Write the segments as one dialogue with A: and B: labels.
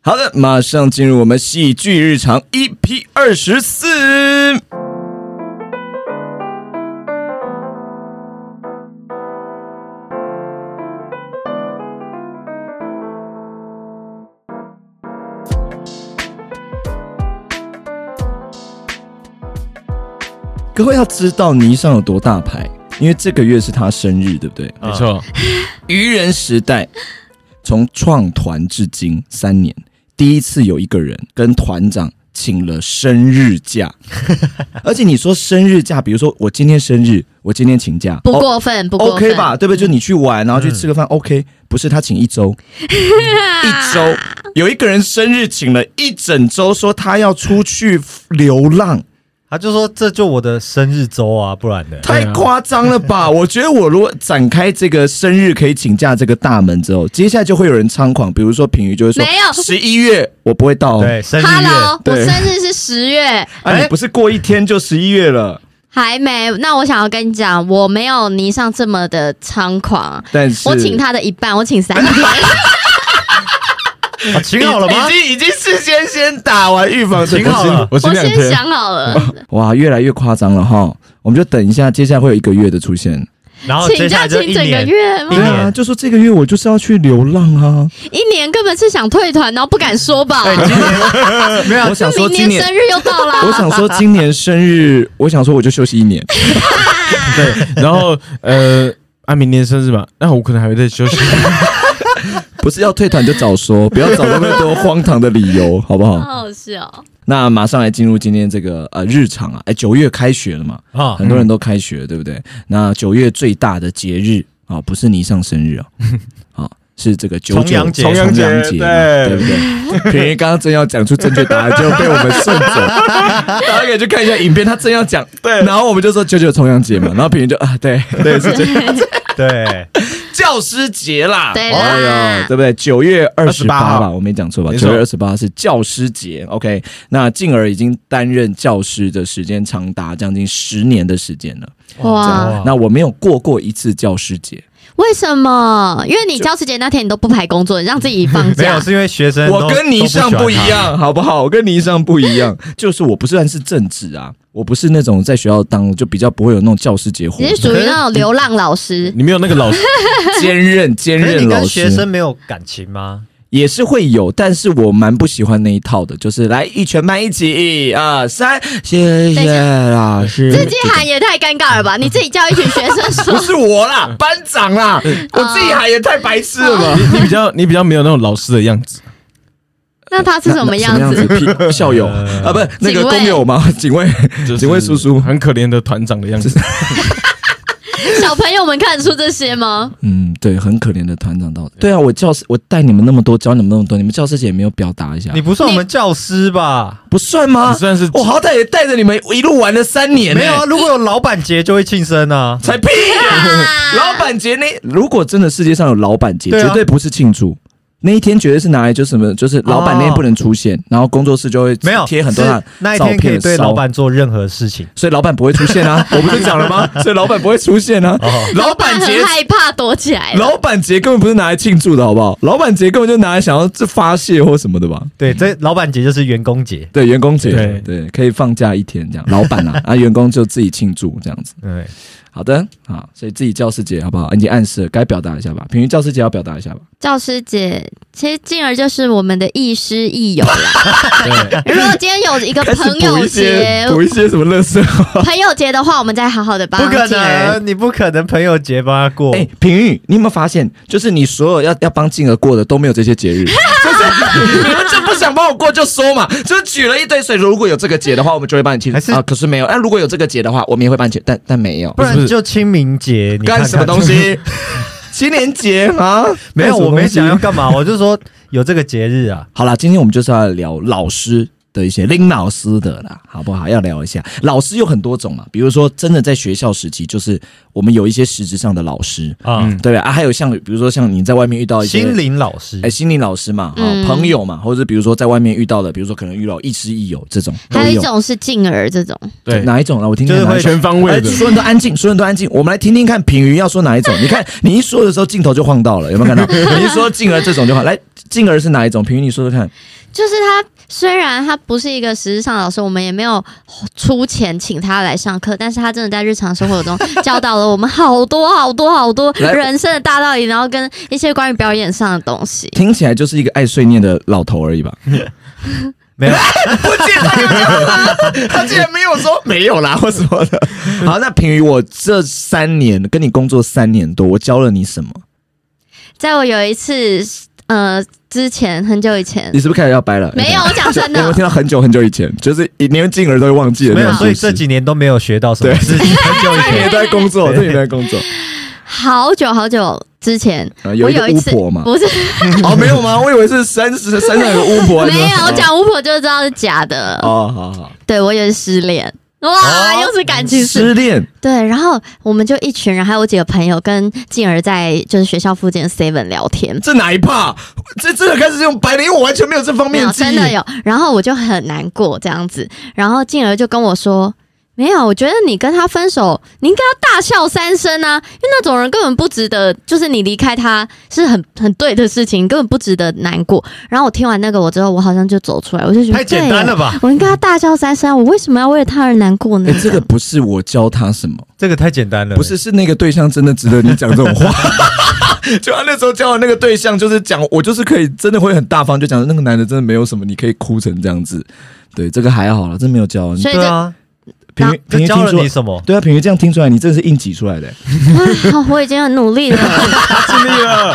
A: 好的，马上进入我们戏剧日常 EP 二十四。各位要知道倪尚有多大牌，因为这个月是他生日，对不对？
B: 嗯
C: 没错，
A: 愚人时代从创团至今三年，第一次有一个人跟团长请了生日假，而且你说生日假，比如说我今天生日，我今天请假，
D: 不
A: 哦
D: 过分，不过分
A: OK 吧？？对不对？就你去玩，然后去吃个饭、o k 不是他请一周，
D: 啊
A: 一周有一个人生日请了一整周，说他要出去流浪。
B: 他就说这就我的生日周啊，不然呢？
A: 太夸张了
B: 啊
A: 吧！我觉得我如果展开这个生日可以请假这个大门之后，接下来就会有人猖狂，比如说品瑜就会说，
D: 没有
A: 十一月我不会到、哦。
B: 对，生日月
D: Hello，我
A: 对
D: 生日是十月，
A: 啊，
B: 哎
A: 你不是过一天就十一月了，
D: 还没。那我想要跟你讲，我没有倪尚这么的猖狂，
A: 但是
D: 我请他的一半，我请三天。
B: 啊请好了吗
A: 已？经已经事先先打完预防针
B: 请哦好了
C: 我
D: 我
C: 前两
D: 先
C: 天
D: 想好了，
A: 哇，越来越夸张了哈！我们就等一下，接下来会有一个月的出现。
B: 然后接
D: 请
B: 下
D: 假
B: 来就
D: 请
B: 一
D: 整个
B: 年，
D: 月吗
B: 一？
A: 对
B: 年
A: 啊，就说这个月我就是要去流浪啊！
D: 一年根本是想退团，然后不敢说吧？
B: 哎
A: 没
B: 啊
A: 有，我啊想说
D: 明
A: 今
D: 年
A: 年
D: 生日啊又 到啦。
A: 我想说今年生日，我想说我就休息一年。
C: 对，然后呃，啊，明年生日嘛，那我可能还会再 休息。
A: 不是要退团就早说，不要找那么多荒唐的理由，好不好？
D: 好好笑，
A: 那马上来进入今天这个呃日常啊，哎，九月开学了嘛，
B: 啊
A: 很多人都开学，对不对？那九月最大的节日啊，不是霓上生日哦，啊，是这个九九
B: 重阳节
A: 重阳节嘛，
C: 重阳节
A: 对不对？平云刚刚正要讲出正确答案，就被我们顺走。大家可以去看一下影片，他正要讲，对，然后我们就说九九重阳节嘛，然后平云就啊，对对是这样
B: 对，
A: 教师节啦，
D: 对啦
A: 哎呦，对不对？九月二十八
C: 28
A: 吧，
C: 号
A: 我没讲错吧？
C: 没
A: 九
C: 错
A: 月二十八是教师节，OK。那进而已经担任教师的时间长达将近十年的时间了。
D: 哇！
A: 那我没有过过一次教师节，
D: 为什么？因为你教师节那天你都不排工作，你让自己放
B: 没
D: 假
B: 有，是因为学生
A: 我
B: 都
A: 跟你上
B: 都
A: 不
B: 不
A: 一
B: 喜欢
A: 样，好不好？我跟你上不一样，就是我不算是正职啊，我不是那种在学校当就比较不会有那种教师节活
D: 你
A: 动
D: 是，属于那种流浪老师。
C: 你没有那个老师，
A: 兼任兼
B: 他。可是
A: 任
B: 你
A: 老师
B: 跟学生没有感情吗？
A: 也是会有，但是我蛮不喜欢那一套的，就是来一全班一起，一二三，谢
D: 等一
A: 谢老
B: 嗯
A: 师。
D: 自己喊也太尴尬了吧！你自己叫一群学生
A: 不
D: 说，
A: 是我啦，班长 啦，我自己喊也太白痴了
D: 哦
A: 吧？
C: 你你比较你比较没有那种老师的样子。
D: 那他是什么样子？
A: 子？屁校 友
B: 呃
A: 啊，不是那个
D: 警卫
A: 工友吗？警卫，
C: 就是
A: 警卫叔叔，
C: 很可怜的团长的样 子，
D: 小朋友们看得出这些吗？
A: 嗯，对，很可怜的团长到。对啊，我教师我带你们那么多，教你们那么多，你们教师节没有表达一下
B: 你，不算我们教师吧？
A: 不算吗
C: 你？算是
A: 我好歹也带着你们一路玩了三年呢，
B: 没有啊，如果有老板节就会庆生啊。
A: 才屁 啊！老板节那如果真的世界上有老板节，
B: 对啊哦
A: 绝对不是庆祝。那一天绝对是拿来就是什么，就是老板那天不能出现，然后工作室就会
B: 没有
A: 贴很多他
B: 是
A: 的
B: 那一
A: 照
B: 天可以
A: 片
B: 对
A: 烧
B: 老，板做任何事情。
A: 所以老板不会出现 啊！我不是讲了吗？ 所以老板不会出现
B: 哦
A: 啊！ 老板节
D: 很，害怕躲起来了。
A: 老板节根本不是拿来庆祝的好不好？老板节根本就拿来想要这发泄或什么的吧？
B: 对，这老板节就是员工节。
A: 对，员工节
C: 对
A: 对可以放假一天这样，老板啊啊，员工就自己庆祝这样子。
B: 对，
A: 好的，好，所以自己教师节好不好？已经暗示了，该表达一下吧。平均教师节要表达一下吧。
D: 教师节其实进而就是我们的亦师 亦友 啦。
C: 对，
D: 如果今天有一个
A: 开始
D: 朋
A: 补
D: 友
A: 一些
D: 节，
A: 补一些什么乐色？
D: 朋友节的话，我们再好好的帮
B: 不可
D: 进儿。
B: 能，你不可能朋友节帮他过。
A: 哎、平玉，你有没有发现，就是你所有要要帮静儿过的都没有这些节 日，就是你们就不想帮我过就说嘛，就举了一堆水。如果有这个节的话，我们就会帮你庆
B: 还是
A: 祝啊。可是没有，那如果有这个节的话，我们也会帮你庆，但但没有
B: 不，
C: 不是
B: 然
C: 不是
B: 就清明节，你
A: 干
B: 看看
A: 什么东？西？青年节啊？
B: 没有，
A: 干什么
B: 我没
A: 东西
B: 想要干嘛，我就说有这个节日啊。
A: 好啦，今天我们就是要来聊老师的一些林老师的啦，好不好？要聊一下，老师有很多种嘛，啊比如说真的在学校时期，就是我们有一些实质上的老师，
B: 啊，
A: 对吧？啊，还有像比如说像你在外面遇到一些
B: 心灵老师
A: 哎、，心理老师嘛，啊、
D: 嗯
A: 朋友嘛，或者比如说在外面遇到的，比如说可能遇到亦师亦友这种，都
D: 还有一
A: 有
D: 种是静儿这种，
C: 对，
A: 哪一种啊呢？我听听
B: 就是
A: 哪一
B: 会
A: 种。
C: 全方位
A: 哎，
C: 的，
A: 所有人都安静，所有人都安静。我们来听听看，品瑜要说哪一种？你看，你一说的时候，镜头就晃到了，有没有看 到？你一说静儿这种就好。来，静儿是哪一种？品瑜，你说说看。
D: 就是他虽然他不是一个实质上的老师，我们也没有出钱请他来上课，但是他真的在日常生 活中教导了我们好多好多好多
A: 来
D: 人生的大道理，然后跟一些关于表演上的东西。
A: 听起来就是一个爱碎念的老头而已吧？
B: 没有，
A: 不见他有这样吗？他竟然没有说没有啦或什么的。好，那品瑜，我这三年跟你工作三年多，我教了你什么？
D: 在我有一次，呃，之前很久以前
A: 你，是不是开始要掰了？
D: 没有，我讲真
A: 我
D: 的
A: 们，听到很久很久以前，就是连进而都会忘记的
B: 没
A: 那
B: 有，
A: 种
B: 所以
A: 故
B: 这
A: 事。
B: 几年都没有学到什么
A: 对
B: 事情，很久以
A: 这几年
B: 前
A: 都在工作，这几年都在工作。
D: 好久好久之前，
A: 然后有
D: 我
A: 一个
D: 有一
A: 巫
D: 次
A: 婆嘛？
D: 不是
A: 哦，没有吗？我以为是山山山上有个巫婆。
D: 没有，我
A: 哦
D: 讲巫婆就知道是假的。
A: 哦，好好。
D: 对我也是失恋，哇，
B: 哦
D: 又是感情事
A: 失恋，
D: 对，然后我们就一群人，还有我几个朋友跟静儿在就是学校附近的 Seven 聊天。
A: 这哪一怕？这真的开始用白的，因为我完全没有这方
D: 没
A: 面
D: 有，
A: 记忆。
D: 真的有，然后我就很难过这样子，然后静儿就跟我说：“没有，我觉得你跟他分手，你应该要大笑三声啊，因为那种人根本不值得，就是你离开他是很很对的事情，根本不值得难过。”然后我听完那个我之后，我好像就走出来，我就觉得
B: 太简单了，吧
D: 对？我应该要大笑三声啊，我为什么要为了他而难过呢
A: 哎，？这个不是我教他什么，
B: 这个太简单了，
A: 不是是那个 对象真的值得你讲这种话。 就他那时候教的那个对象，就是讲我就是可以真的会很大方，就讲那个男的真的没有什么，你可以哭成这样子。对，这个还好了，这没有教。
D: 所 以
B: 对啊，
A: 平
D: 然
A: 平平
B: 这
A: 瑜
B: 教
A: 听
B: 了
A: 说
B: 你什么？
A: 对啊，品瑜这样听出来，你真的是硬挤出 来的，
D: 啊我已经很努力了，
C: 尽力了，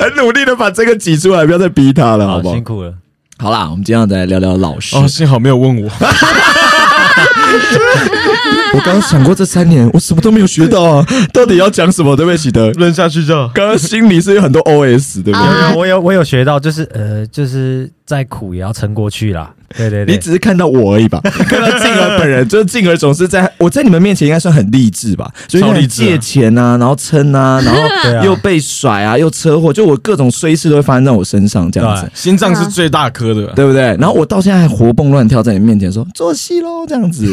A: 很努力的把这个挤出来，不要再逼他了，好
B: 好
A: 不好
B: 啊辛？苦了，
A: 好啦，我们今天要再来聊聊老师。
C: 哦，幸好没有 问我，
A: 我刚刚想过这三年，我什么都没有学到 啊，到底要讲什么？对不起，喜德，
C: 扔下去就好。
A: 刚刚心里是有很多 OS，对不对？
B: 有
D: 啊
B: 有我有我有学到，就是呃，就是再苦也要撑过去啦。对对
A: 你
B: 对，
A: 只是看到我而已 吧，看到静儿本人，就是静儿总是在我在你们面前应该算很励志吧，所以
C: 超
A: 很
C: 励志啊
A: 借钱啊，然后撑 啊，然
B: 对
A: 后
B: 啊
A: 又被甩啊，又车祸，就我各种衰事都会发生在我身上，这样子
B: 对。
C: 心脏是最大颗的，
A: 对啊不对？然后我到现在还活蹦乱跳在你面前说做戏喽，这样 子，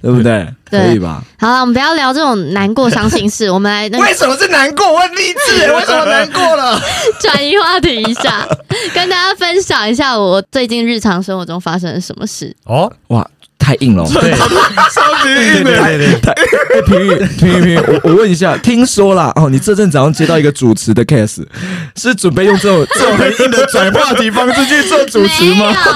A: 对不对？
D: 对
A: 可以吧？
D: 好了，我们不要聊这种难过伤心事，我们来那个
A: 什么是难过？我很励志 耶，为什么难过了？
D: 转移话题一 下，跟大家分享一下我最近日常生活中发生了什么事。
B: 哦，
A: 哇，太硬了哦。
B: 对
C: 超级
B: 对
C: 硬
B: 对
C: 的。
B: 对对，
A: 哎，平玉，平玉，平玉，我我问一下，听说啦，哦，你这阵子好像接到一个主持的 case，是准备用这种这种很硬的转话题方式去做主持
D: 没
A: 吗？
D: 有，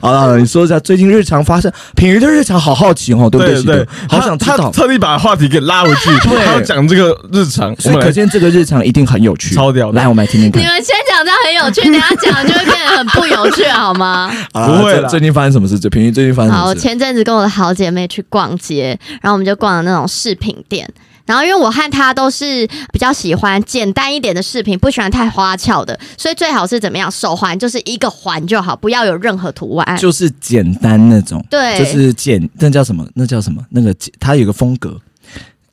A: 好了，好了你说一下最近日常发生，品瑜的日常好好奇哦，对不对？
C: 对
A: 喜德
C: 对，
A: 好想知
C: 他他
A: 道。
C: 特地把话题给拉回去，
A: 对
C: 他要讲这个日常，我
A: 所以
C: 们
A: 可
C: 来
A: 见这个日常一定很有趣，
C: 超屌的
A: 来，我们来听听
D: 你
A: 看。
D: 们先讲这样很有趣，等一下讲就会变得很不有趣，好吗？
A: 好啦
C: 不会
A: 最
C: 啦
A: 最近发生什么事？就平玉最近发生什
D: 好，
A: 么
D: 我
A: 事？
D: 前阵子跟我的好姐妹去逛街，然后我们就逛了那种饰品店。然后，因为我和她都是比较喜欢简单一点的饰品，不喜欢太花俏的，所以最好是怎么样？手环就是一个环就好，不要有任何图案。
A: 就是简单那种，
D: 对
A: 就是简，那叫什么？那叫什么？那个简它有个风格，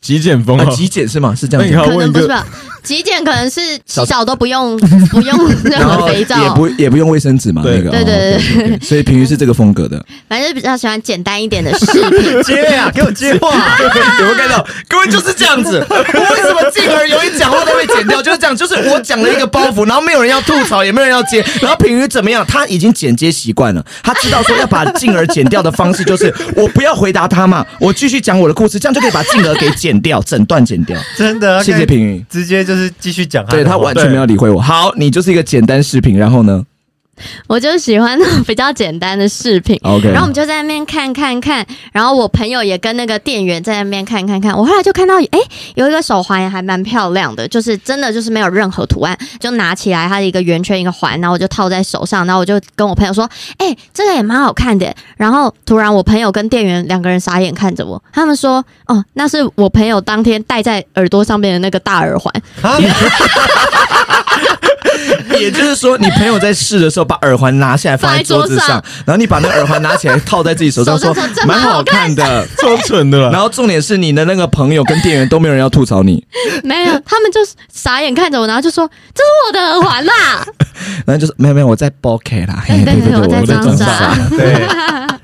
C: 极简风
A: 啊
C: 啊，，
A: 极简是吗？是这样
C: 那你
A: 讲
C: 看
A: 吗。
D: 可能不是
C: 问
D: 吧？极简可能是
A: 小
D: 洗澡都 不用不用任
A: 然
D: 何
A: 后
D: 肥皂，
A: 也不也不用卫生纸嘛，
C: 对
A: 那个
D: 对
A: 哦
D: 对
A: 对对对所以平鱼是这个风格的。
D: 反正比较喜欢简单一点的饰品。
B: 接啊，给我接话，
A: 有没有看到？各位就是这样子。我为什么进而有一讲话都被剪掉？就是这样，就是我讲了一个包袱，然后没有人要吐槽，也没有人要接。然后平鱼怎么样？他已经剪接习惯了，他知道说要把进而剪掉的方式就是我不要回答他嘛，我继续讲我的故事，这样就可以把进而给剪掉，整段剪掉。
B: 真的，
A: 谢谢平鱼。
B: 直接就是继续讲
A: 对
B: 的
A: 他
B: 话
A: 完全没有理会我。好，你就是一个简单视频，然后呢
D: 我就喜欢 那种比较简单的饰品。
A: ？OK，
D: 然后我们就在那边看看看，然后我朋友也跟那个店员在那边看看看。我后来就看到，哎，有一个手环也还蛮漂亮的，就是真的就是没有任何图案，就拿起来它的一个圆圈一个环，然后我就套在手上，然后我就跟我朋友说，哎，这个也蛮好看的。然后突然我朋友跟店员两个人傻眼看着我，他们说，哦，那是我朋友当天戴在耳朵上面的那个大耳环。
B: 啊，
A: 也就是说，你朋友在试的时候把耳环拿下来放在桌子上，
D: 放在
A: 然后你把那个耳环拿起来套在自己手上，
D: 手
A: 说
D: 上说这
A: 蛮
D: 蛮
A: 好
D: 好
A: 看的。
C: 超蠢 的
A: 然
C: 啦。
A: 后重点是你的那个朋友跟店员都没有人要吐槽 你，
D: 没有，他们就是傻眼看着我，然后就说：“这是我的耳环啊啦
A: 然后就是没有没有我在 bokeh 啦，嘿
D: 对
A: 对
D: 对
A: 对，
D: 我在
A: 在
D: 装
A: 装
D: 傻
A: 傻。
C: 对，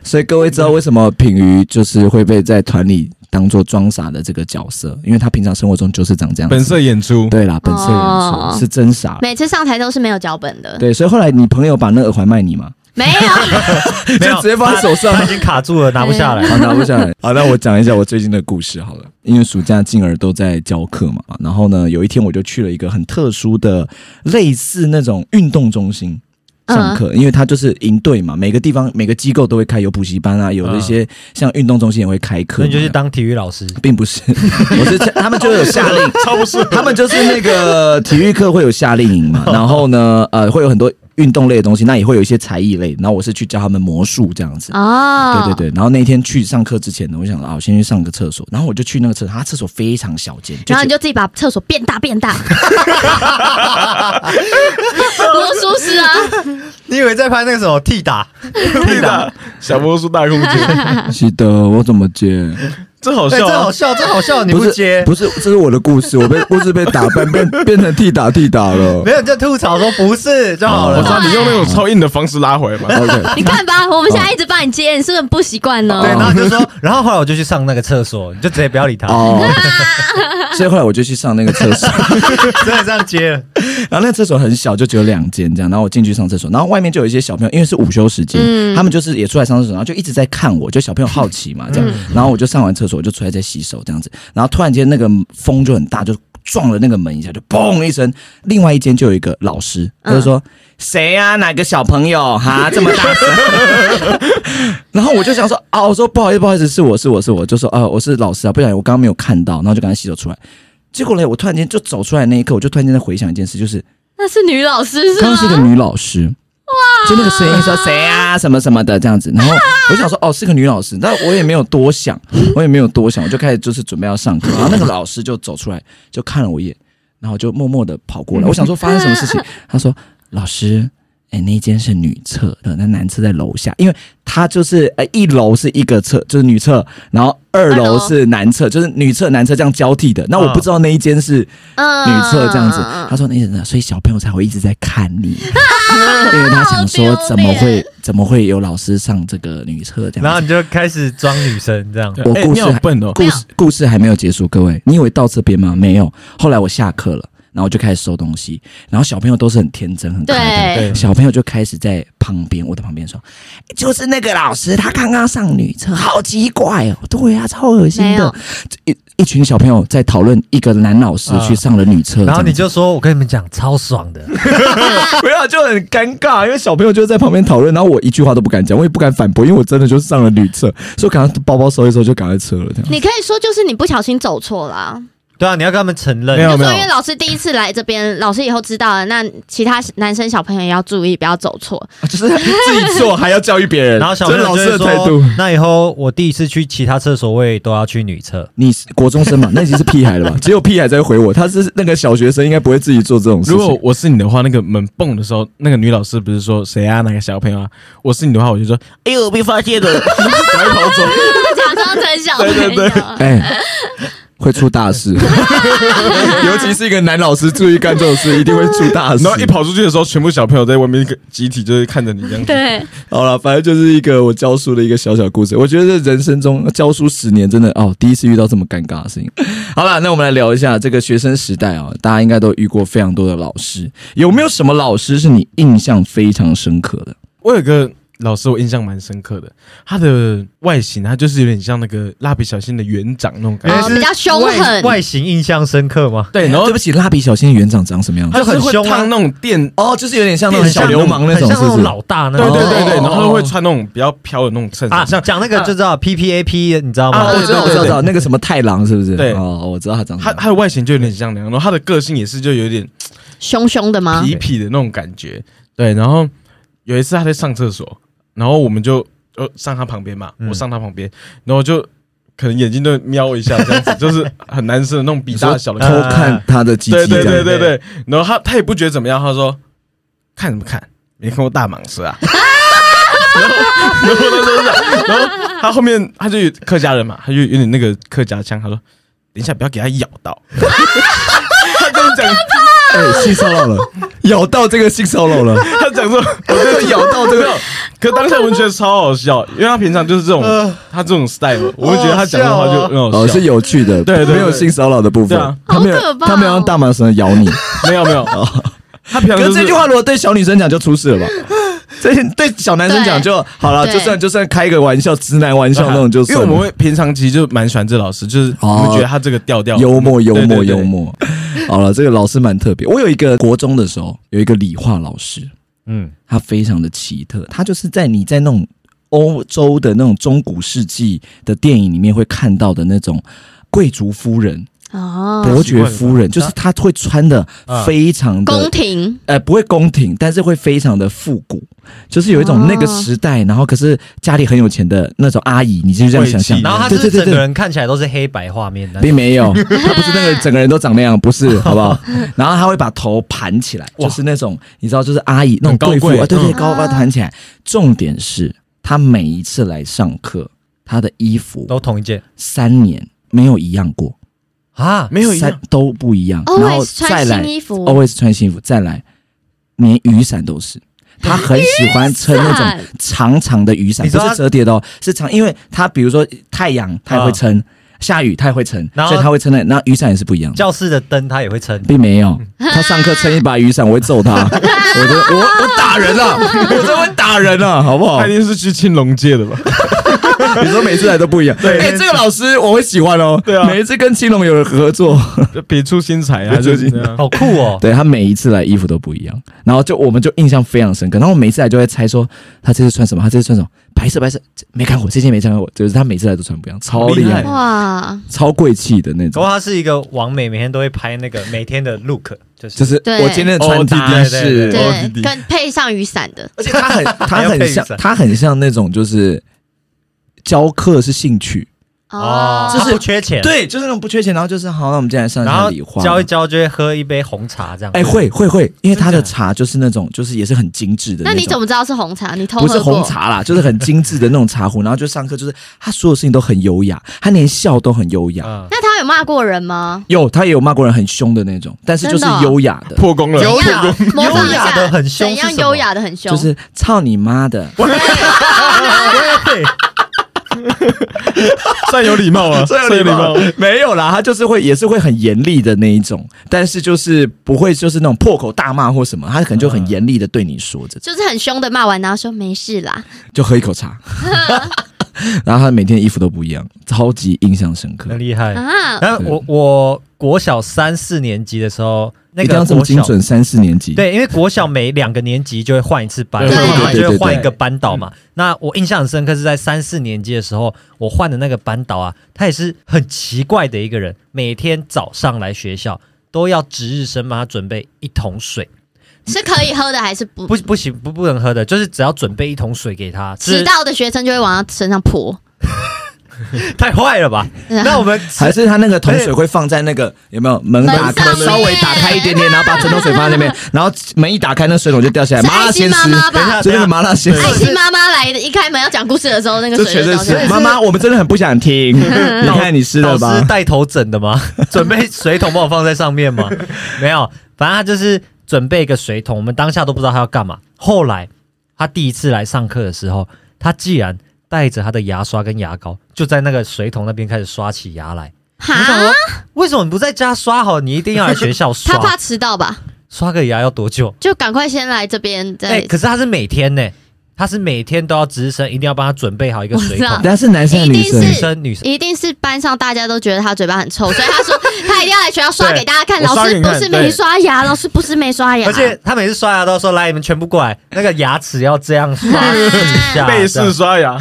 A: 所以各位知道为什么品瑜就是会被在团里当做装傻的这个角色，因为他平常生活中就是长这样子。
C: 本色演出，
A: 对啦，本色演出、
D: 哦
A: 是真傻！”。
D: 每次上台都是没有脚本的，
A: 啊对，所以后来你朋友把那耳环卖你吗？
D: 没有。
B: 没 有
A: 就直接放在手上
B: 他已经卡住了，拿不 下来。
A: 好，拿不下来。好，那我讲一下我最近的故事好了。因为暑假进而都在教课嘛，然后呢，有一天我就去了一个很特殊的，类似那种运动中心。上课，因为它就是营队嘛，每个地方每个机构都会开，有补习班啊，有的一些像运动中心也会开课
B: 所
A: 嘛。
B: 以嗯你就去当体育老师，
A: 并不是，我是他们就有下令，
C: 超不是
A: 他们就是那个体育课会有夏令营嘛，然后呢，呃，会有很多运动类的东西，那也会有一些才艺类，然后我是去教他们魔术这样子。
D: 哦，
A: 对对对，然后那天去上课之前呢，我想啊，我先去上个厕所，然后我就去那个厕所，他厕所非常小间，
D: 然后你
A: 就
D: 就自己把厕所变大变大， 魔术师啊，
B: 你以为在拍那个什么 替打？
C: 屁啦，小魔术大空间，
A: 是的，我怎么接？
C: 这好
B: 哎，
C: 笑
B: 这
C: 啊
B: 好！笑，这好笑，你
A: 不是
B: 接？
A: 不是，这是我的故事，我被故事被打败， 变变成替打替打了
B: 没。有，你就吐槽说不是就好
C: 我
B: 了
C: 知。道你用那种超硬的方式拉回来嘛。
A: OK，
D: 你看吧，我们现在一直帮你接，你是不是很不习惯呢
B: 对，？然后你就说，然后后来我就去上那个厕所，你就直接不要理他，
A: 哦， 所以后来我就去上那个厕所，
B: 真的这样接了。
A: 然后那厕所很小，就只有两间这样。然后我进去上厕所，然后外面就有一些小朋友，因为是午休时间，
D: 嗯
A: 他们就是也出来上厕所，然后就一直在看我，就小朋友好奇嘛这样。然后我就上完厕所，我就出来在洗手这样子。然后突然间那个风就很大，就撞了那个门一下，就嘣一声。另外一间就有一个老师，他就说：“谁啊？哪个小朋友哈这么大声？” 然后我就想说：“啊，我说不好意思，不好意思，是我是我是我，就说啊，我是老师啊，不小心我刚刚没有看到，然后就赶快洗手出来。”结果嘞，我突然间就走出来那一刻，我就突然间在回想一件事，就是
D: 那是女老师是
A: 刚刚
D: 吗？
A: 是个女老师，哇，就那个声音说谁啊什么什么的这样子，然后我想说哦是个女老师，但我也没有多想， 我也没有多想，我就开始就是准备要上课，然后那个老师就走出来就看了我一眼，然后就默默的跑
D: 嗯
A: 过来，我想说发生什么事情，他说老师。哎、那一间是女厕，呃那男厕在楼下，因为他就是呃一楼是一个厕，就是女厕，然后二
D: 二
A: 楼
D: 楼
A: 是男厕，就是女厕男厕这样交替的。那我不知道那一间是
D: 嗯
A: 女厕这样子。他说那意思，所以小朋友才会一直在看 你，因为他想说怎么
D: 好丢
A: 会
D: 脸
A: 怎么会有老师上这个女厕这
B: 然后
A: 样子。
B: 你就开始装女生这样。
A: 我
C: 哎
A: 故
C: 你
A: 事
C: 好
A: 还
C: 笨哦，
A: 故事故事还没有结束，各位，你以为到这边吗？没有。后来我下课了，然后就开始收东西，然后小朋友都是很天真很可爱的，
D: 对
A: 小朋友就开始在旁边我的旁边说，哎就是那个老师，他刚刚上女厕，好奇怪哦，对呀、超恶心
D: 没
A: 的
D: 有。
A: 一一群小朋友在讨论一个男老师去上了女厕，
B: 啊然后
A: 这样
B: 你就说，我跟你们讲，超爽的。
A: 没有，就很尴尬，因为小朋友就在旁边讨论，然后我一句话都不敢讲，我也不敢反驳，因为我真的就是上了女厕，所以我赶快包包收一收就赶快撤了。这样，
D: 你可以说就是你不小心走错了啊，
B: 对啊，你要跟他们承认。
C: 没有
D: 就说因为老师第一次来这边，老师以后知道了，那其他男生小朋友也要注意，不要走错。
A: 就是自己做还要教育 别人
B: 然后小朋友就会说，那以后我第一次去其他厕所，我也都要去女厕。
A: 你是国中生嘛，那已经是屁孩了吧？只有屁孩才会回我，他是那个小学生，应该不会自己做这种事
C: 如果
A: 情。
C: 我是你的话，那个门蹦的时候，那个女老师不是说谁啊，哪个小朋友啊？我是你的话，我就说，哎呦，我被发现了， 赶快逃走。
D: 假装成小朋友，
C: 对对
A: 哎、会出大 事， 尤其是一个男老师注意干这种事，一定会出大事。
C: 然后一跑出去的时候，全部小朋友在外面一个集体就是看着你这样子。
D: 对
A: 好了，反正就是一个我教书的一个小小故事。我觉得人生中呃教书十年，真的哦，第一次遇到这么尴尬的事情。好了，那我们来聊一下这个学生时代哦，大家应该都遇过非常多的老师，有没有什么老师是你印象非常深刻的？
C: 我有个老师，我印象蛮深刻的，他的外形，他就是有点像那个蜡笔小新的园长那种感
B: 因为
C: 觉。
D: 哦
B: 哎是
D: 比较凶
B: 外
D: 狠
B: 外形印象深刻吗？
C: 对，然
A: 哎
C: 后
A: 对不起，蜡笔小新的园长长什么样子？
C: 他
B: 就很
C: 是会
B: 凶啊
C: 烫那种电，
A: 哦，就是有点像那种哦
B: 很
A: 小
B: 像
A: 流氓那
B: 很
A: 种，
B: 像
A: 是
B: 那
A: 不
B: 种
A: 是？
B: 老大那
C: 对
B: 种。
C: 对对对，
A: 哦
C: 然后会穿那种比较飘的那种衬
B: 啊，
C: 衫，像
B: 讲那个就知道 P P A P，你知道
C: 啊
B: 吗？
A: 我知道，我
C: 对对对
A: 知道，知道那个什么太郎是不是？
C: 对
A: 哦，我知道他长什
C: 他
A: 么样。
C: 他的外形就有点像那样，然后他的个性也是就有点
D: 凶凶的吗？
C: 痞痞的那种感觉。对，然后有一次他在上厕所，然后我们就呃上他旁边嘛，
B: 嗯
C: 我上他旁边，然后就可能眼睛都瞄一下这样子，就是很男生的那种比
A: 你
C: 大
A: 说
C: 小的
A: 偷
C: 感觉。
A: 看他的鸡
C: 对
A: 鸡这
C: 对
A: 样
C: 对对对，然后他他也不觉得怎么样，他说看什么看？没看过大蟒蛇 啊？然后，然后他说是，然后他后面他就有客家人嘛，他就有点那个客家腔，他说：“等一下，不要给他咬 到。”他这样讲，
A: 哎，性骚扰了，咬到这个性骚扰了，
C: 他讲说，
A: 我真的咬到这
C: 没
A: 个
C: 有。可当下我们觉得超好笑，因为他平常就是这种，
A: 呃
C: 他这种 style，我们觉得他讲的话就很好
A: 哦，
C: 笑
A: 是。有趣的，
C: 对对对
A: 没有性骚扰的部
C: 对
A: 分
C: 啊，
A: 他没有
D: 好可，怕哦
A: 他没有让大蟒蛇咬你。
C: 没有没有， 他平常
A: 哦可
C: 就是是
A: 这句话如果对小女生讲就出事 了吧？这对小男生讲就好了，
D: 对
A: 就算就算开个玩笑，直男玩笑那种就
C: 因
A: 算
C: 为
A: 了。哦
C: 我们会平常其实就蛮喜欢这老师，就是我们觉得他这个调调
A: 幽默幽
C: 对
A: 默
C: 对对
A: 幽默。好了，这个老师蛮特别。我有一个国中的时候有一个理化老师，
B: 嗯，
A: 他非常的奇特，他就是在你在那种欧洲的那种中古世纪的电影里面会看到的那种。贵族夫人、
D: 哦，
A: 伯爵夫人，就是她会穿的
B: 嗯
A: 非常的
D: 宫廷
A: 呃，不会宫廷，但是会非常的复古，就是有一种那个时代，然后可是家里很有钱的那种阿姨，你就这样想象
C: 贵气。
B: 然后他
A: 对
B: 就
A: 对
B: 是
A: 对
B: 整个
A: 对，
B: 人看起来都是黑白画面的，
A: 并没 有，她不是那个整个人都长那样，不是，好不好？然后她会把头盘起来，
C: 哇
A: 就是那种你知道，就是阿姨那种
C: 很高
A: 贵妇，
C: 贵
A: 啊，对对，
D: 嗯
A: 高把它盘起来。重点是她每一次来上课，她的衣服
B: 都同一件
A: 三年没有一样过，
B: 啊，
C: 没有一
A: 三
C: 样，
A: 都不一样，然后
D: ，always
A: 再
D: 穿
A: 来
D: 新衣服
A: always 穿新衣服，再来连雨伞都是。他很喜欢撑那
D: 雨伞
A: 种长长的雨伞，
B: 你
A: 不
B: 知道他
A: 是折叠的哦，是长，因为他比如说太
C: 啊
A: 阳他也会撑，下雨他也会撑，
B: 然后
A: 所以他会撑的。那雨伞也是不一样的，
B: 教室的灯他也会撑，
A: 并没有。
C: 嗯
A: 他上课撑一把雨伞，我会揍 他，我就我我打人了，我真会打人了，好不好
C: 他？一定是去青龙界的吧？
A: 你说每次来都不一样，
C: 对
A: 哎，这个老师我会喜欢哦，
C: 对啊
A: 每一次跟青龙有合作，
C: 就别出心裁啊，
A: 别出
C: 就
A: 心
C: 是
A: 裁
C: 这样。
B: 好酷哦。
A: 对他每一次来衣服都不一样，然后就我们就印象非常深刻。然后我每一次来就会猜说他这次穿什么，他这次穿什么，白色白色这没看过，这件没看过，就是他每次来都穿不一样，超厉害
C: 厉，害
D: 哇，
A: 超贵气的那
B: 不过
A: 种。
B: 他是一个王美，每天都会拍那个每天的 look，就是
A: 就是
D: 对
A: 我今天的穿搭
B: 哦
A: 是，
B: 对
D: 对，
C: OCD
D: 跟配上雨伞的，
A: 而且他 很他
B: 还要配
A: 很
B: 雨
A: 像
B: 伞
A: 他很像那种就是教课是兴趣，
D: 哦，
A: 就是
B: 他不缺钱，，
A: 对，就是那种不缺钱，然后就是好，那我们今天来上一
B: 然
A: 下
B: 后
A: 理化，
B: 教一教就会喝一杯红茶这样。
A: 哎会会会，因为他的
B: 真的
A: 茶就是那种就是也是很精致的
D: 那
A: 种。
D: 你怎么知道是红茶？你偷喝
A: 不
D: 过？
A: 是红茶啦，就是很精致的那种茶壶，然后就上课，就是他所有事情都很优雅，他连笑都很优雅。
B: 嗯，
D: 那他有骂过人吗？
A: 有，他也有骂过人很凶的那种，但是就是
D: 真的哦
A: 优雅的，
C: 破功了，啊
D: 怎样
C: 破功，
D: 模仿一
B: 优雅
D: 下
B: 得很凶
D: 怎
B: 是
D: 样
B: 什么
D: 优雅的很凶？
A: 就是操你妈的！
B: 对，
C: 算有礼貌啊，
A: 这
C: 算有礼貌。，
A: 没有啦，他就是会也是会很严厉的那一种，但是就是不会就是那种破口大骂或什么，他可能就很严厉的对你说着，
D: 就是很凶的骂完，然后说没事啦，
A: 嗯就喝一口 茶，然后他每天的衣服都不一样，超级印象深刻
B: 很。厉害。
D: 啊，
B: 然后
A: 嗯
B: 我我国小三四年级的时候，那
A: 一定要
B: 个
A: 这么
B: 国
A: 精
B: 小
A: 准，三四年级，
B: 对，因为国小每两个年级就会换一次班，
C: 对
B: 然后
D: 对对
A: 对
B: 就会
A: 对嗯
B: 换一个班导嘛。那我印象很深刻是在三四年级的时候，我换的那个班导啊，他也是很奇怪的一个人，每天早上来学校都要值日生帮他准备一桶水，
D: 是可以喝的还是不？
B: 不不行不不能喝的，就是只要准备一桶水给他，
D: 迟
B: 是
D: 到的学生就会往他身上泼。
B: 太坏了 吧？那我们
A: 还是他那个桶水会放在那个有没有门打开
D: 门上
A: 稍
D: 面
A: 微打开一点点，然后把整桶水放在那边，然后门一打开，那水桶就掉下来，
D: 是
A: 麻辣
D: 爱
A: 鲜
D: 心妈
A: 师，
D: 妈
B: 等一
D: 吧？
B: 下
A: 就那个麻辣鲜
B: 对
D: 爱
A: 师，
D: 心妈妈来的，一开门要讲故事的时候，那个
A: 这
D: 水
A: 全
D: 就
A: 认
D: 掉
A: 识
D: 下来。嗯
A: 妈妈，我们真的很不想听，你看你吃了
B: 老师
A: 吧？
B: 带头整的吗？ 准备水桶帮我放在上面吗？没有，反正他就是准备一个水桶，我们当下都不知道他要干嘛。后来他第一次来上课的时候，他既然带着他的牙刷跟牙膏，就在那个水桶那边开始刷起牙来。我想
D: 哈
B: 说，，为什么你不在家刷好？你一定要来学校
D: 他怕
B: 刷？
D: 迟到吧？
B: 刷个牙要多久？
D: 就赶快先来这边，
B: 哎、
D: 再
B: 可是他是每天呢、他是每天都要值日生一定要帮他准备好一个水桶
D: 我。知道
A: 但是男生还是女
D: 一
A: 生
D: 定
B: 女生女生
D: 一定是班上大家都觉得他嘴巴很臭，所 以他说他一定要来学校刷
C: 对
D: 给大家看。
C: 我
D: 老
C: 刷
D: 师
C: 给你
D: 不
C: 看
D: 是没刷牙，老师不是没刷牙，
B: 而且他每次刷牙都说：“来，你们全部过来，那个牙齿要这样 刷
D: 嗯
B: 一下。”
C: 背式刷牙，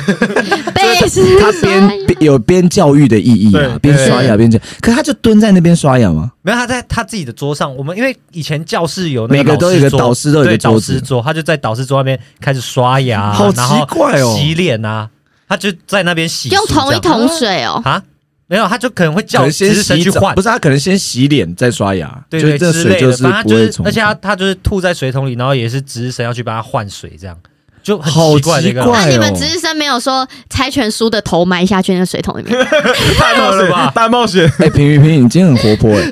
D: 背是
A: 他边边有边教育的意义啊
C: 对，
A: 边刷牙边讲，可他就蹲在那边刷牙吗？
B: 没有他在他自己的桌上。我们因为以前教室有那
A: 每个都有一个导师都有一个
B: 对
A: 桌
B: 导
A: 子
B: 师桌，他就在导师桌那边开始刷牙啊，
A: 好奇
B: 然后
A: 怪哦
B: 洗脸啊，他就在那边洗漱
D: 用同一
B: 这样
D: 桶水哦，
B: 啊，没有，他就可能会
A: 可
B: 叫
A: 能先
B: 值日生
A: 洗
B: 去
A: 澡，
B: 换
A: 不，是他可能先洗脸再刷牙，
B: 对对
A: 就这
B: 之
A: 水
B: 类
A: 就
B: 的。
A: 是
B: 反正他
A: 不
B: 就
A: 会
B: 是，
A: 从。
B: 而且他他就是吐在水桶里，然后也是值日生要去帮他换水，这样就很
A: 好
B: 奇怪的一个
A: 奇怪
D: 那你们
A: 哦
D: 值日生没有说猜拳输的头埋下去那个水 桶里面？
B: 太
C: 大
B: 好
C: 冒
B: 了
C: 险，
B: 吧？
C: 大冒险，
A: 哎，平平平，你今天很活泼哎，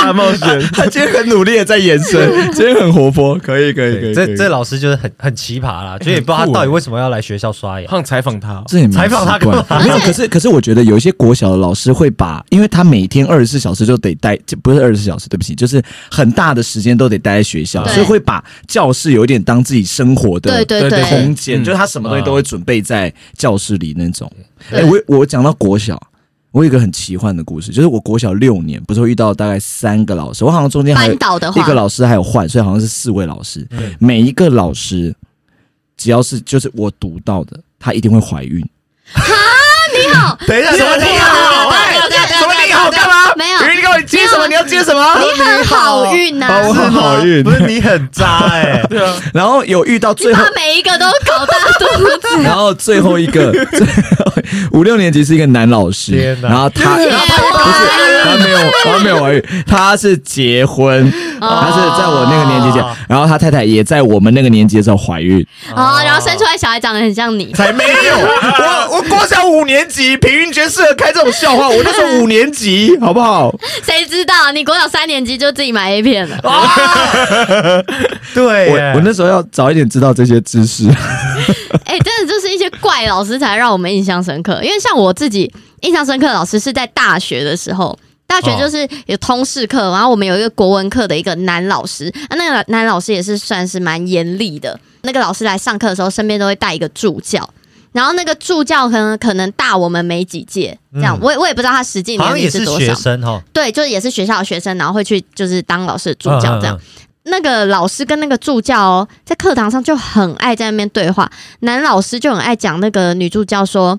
C: 大冒险。
A: 他今天很努力的在延伸，今天很活泼，可以可以可
B: 对
A: 以。可
B: 这
A: 以
B: 这老师就是很很奇葩
A: 哎
B: 啦，就也不知道他到底
A: 欸
B: 为什么要来学校刷牙。
C: 胖采访他哦，
A: 这也蛮
B: 采访他
A: 奇怪
B: 干嘛
A: 没有，可是可是我觉得有一些国小的老师会把，因为他每天二十四小时就得待，就不是二十四小时，对不起，就是很大的时间都得待在学校，
D: 对
A: 所以会把教室有一点当自己生活
D: 对
A: 的
D: 对
C: 对对
A: 空间，
C: 嗯
A: 就是他什么东西都会准备在教室里那种。哎、
D: 对
A: 我我讲到国小。我有一个很奇幻的故事，就是我国小六年，不是会遇到大概三个老师，我好像中间还有
D: 班导的
A: 一
D: 话
A: 个，老师还有换，所以好像是四位老师。
B: 嗯
A: 每一个老师，只要是就是我读到的，她一定会怀孕。
D: 你好，
A: 等 一下，什么你好？哎什么你好？干嘛？
D: 没有
A: 你你跟我接什么？你要接什么？
D: 你很好运啊呐、
A: 包括好运
B: 不是你很渣 哎，
C: 对啊，
A: 然后有遇到 最后
D: 他，每一个都搞大 肚子，
A: 然后最后一个 最后五六年级是一个男老师，
B: 天哪
A: 然后他不是
D: 天哪
A: 他没有他没有怀孕，他是结婚，
D: 哦
A: 他是在我那个年级结
B: 哦，
A: 然后他太太也在我们那个年级的时候怀孕。
D: 哦，然后生出来小孩长得很像你，
A: 才没有，我我国小五年级，平云轩适合开这种笑话。我那时候五年级，好不好？
D: 谁知道你国小三年级就自己买 A 片
B: 哦
D: 了？
B: 对
A: 我
B: 耶，
A: 我那时候要早一点知道这些知识。
D: 哎、真的就是一些怪老师才让我们印象深刻，因为像我自己印象深刻的老师是在大学的时候。大学就是有通识课，然后我们有一个国文课的一个男老师，
B: 哦
D: 啊，那个男老师也是算是蛮严厉的。那个老师来上课的时候，身边都会带一个助教，然后那个助教可能可能大我们没几届，这样、
B: 嗯
D: 我也我也不知道他实际
B: 好像
D: 年
B: 也
D: 龄
B: 是
D: 多
B: 学
D: 少，
B: 生哦哈，
D: 对，就是也是学校的学生，然后会去就是当老师的助教这样。
B: 嗯。嗯嗯
D: 那个老师跟那个助教哦，在课堂上就很爱在那边对话，男老师就很爱讲那个女助教说。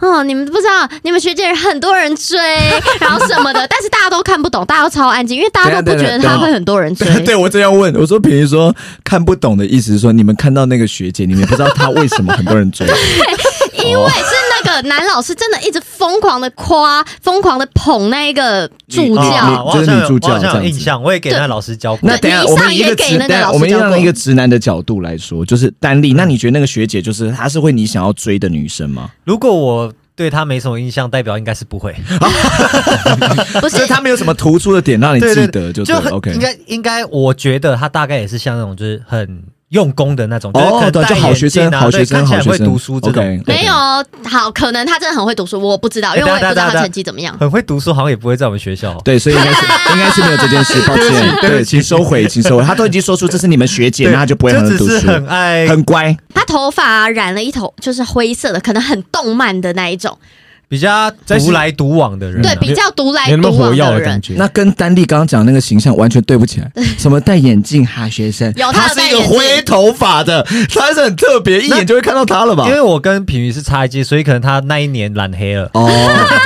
D: 哦，你们不知道，你们学姐很多人追，然后什么的， 但是大家都看不懂，大家都超安静，因为大家都不觉得
A: 等一下等一下
D: 他会很多人追。
A: 对，我这样问，我说，比如说看不懂的意思是说，你们看到那个学姐，你们不知道她为什么很多人追，啊
D: 因为是那个男老师真的一直疯狂的夸，疯狂的捧那一个助
A: 你
B: 啊
A: 你
D: 教，
B: 我
A: 就
B: 好
A: 是
B: 像
A: 女
B: 有
A: 助教
B: 我好
A: 这样
B: 像有
A: 子
B: 印象，我也给那老师教过
A: 那。等一下，
D: 你
A: 我们
D: 上
A: 以一
D: 也
A: 个
D: 给
A: 直
D: 那个
A: 男，
D: 老师
A: 我们
D: 教
A: 让
D: 过
A: 一个直男的角度来说，就是单例。那你觉得那个学姐就是她是会你想要追的女生吗？
B: 如果我对他没什么印象，代表应该是不 会。
A: 就
D: 不
A: 是是她没有什么突出的点让你
B: 对
A: 记
B: 对
A: 得，就
B: 就
A: 对
B: 很
A: OK
B: 应。该应该，我觉得他大概也是像那种就是很用功的那种，就是
A: 哦
B: 可能
A: 对
B: 戴
A: 就好
B: 眼
A: 学
B: 镜
A: 生
B: 啊
A: 好
B: 对
A: 学生
B: 看起来
A: 好学
B: 会
A: 生
B: 读书这种
A: OK
D: 没有好，可能他真的很会读书，我不知道，因为我也不知道他成绩怎么样。
B: 很会读书，好像也不会在我们学校。
A: 对，所以应该是应该是没有这件事，抱歉。对，请收回，请收回。她都已经说出这是你们学姐，
B: 对
A: 那她就不会很
B: 就
A: 能
B: 只
A: 读
B: 是
A: 书，
B: 很爱
A: 很乖。
D: 他头发、啊、染了一头就是灰色的，可能很动漫的那一种，
B: 比较独来独往的人啊，
D: 对，比较独来
C: 没那么
D: 独
C: 火
D: 往
C: 药
D: 的
C: 的
D: 人
C: 感。觉。
A: 那跟丹丽刚刚讲那个形象完全对不起来。什么戴眼镜哈学生，
D: 有
A: 他
D: 他
A: 是一
D: 有戴
A: 个
D: 眼镜
A: 灰头发的，他是很特别，一眼就会看到他了吧
B: 因？为我跟品瑜是差一届，所以可能他那一年染黑了。
A: 哦，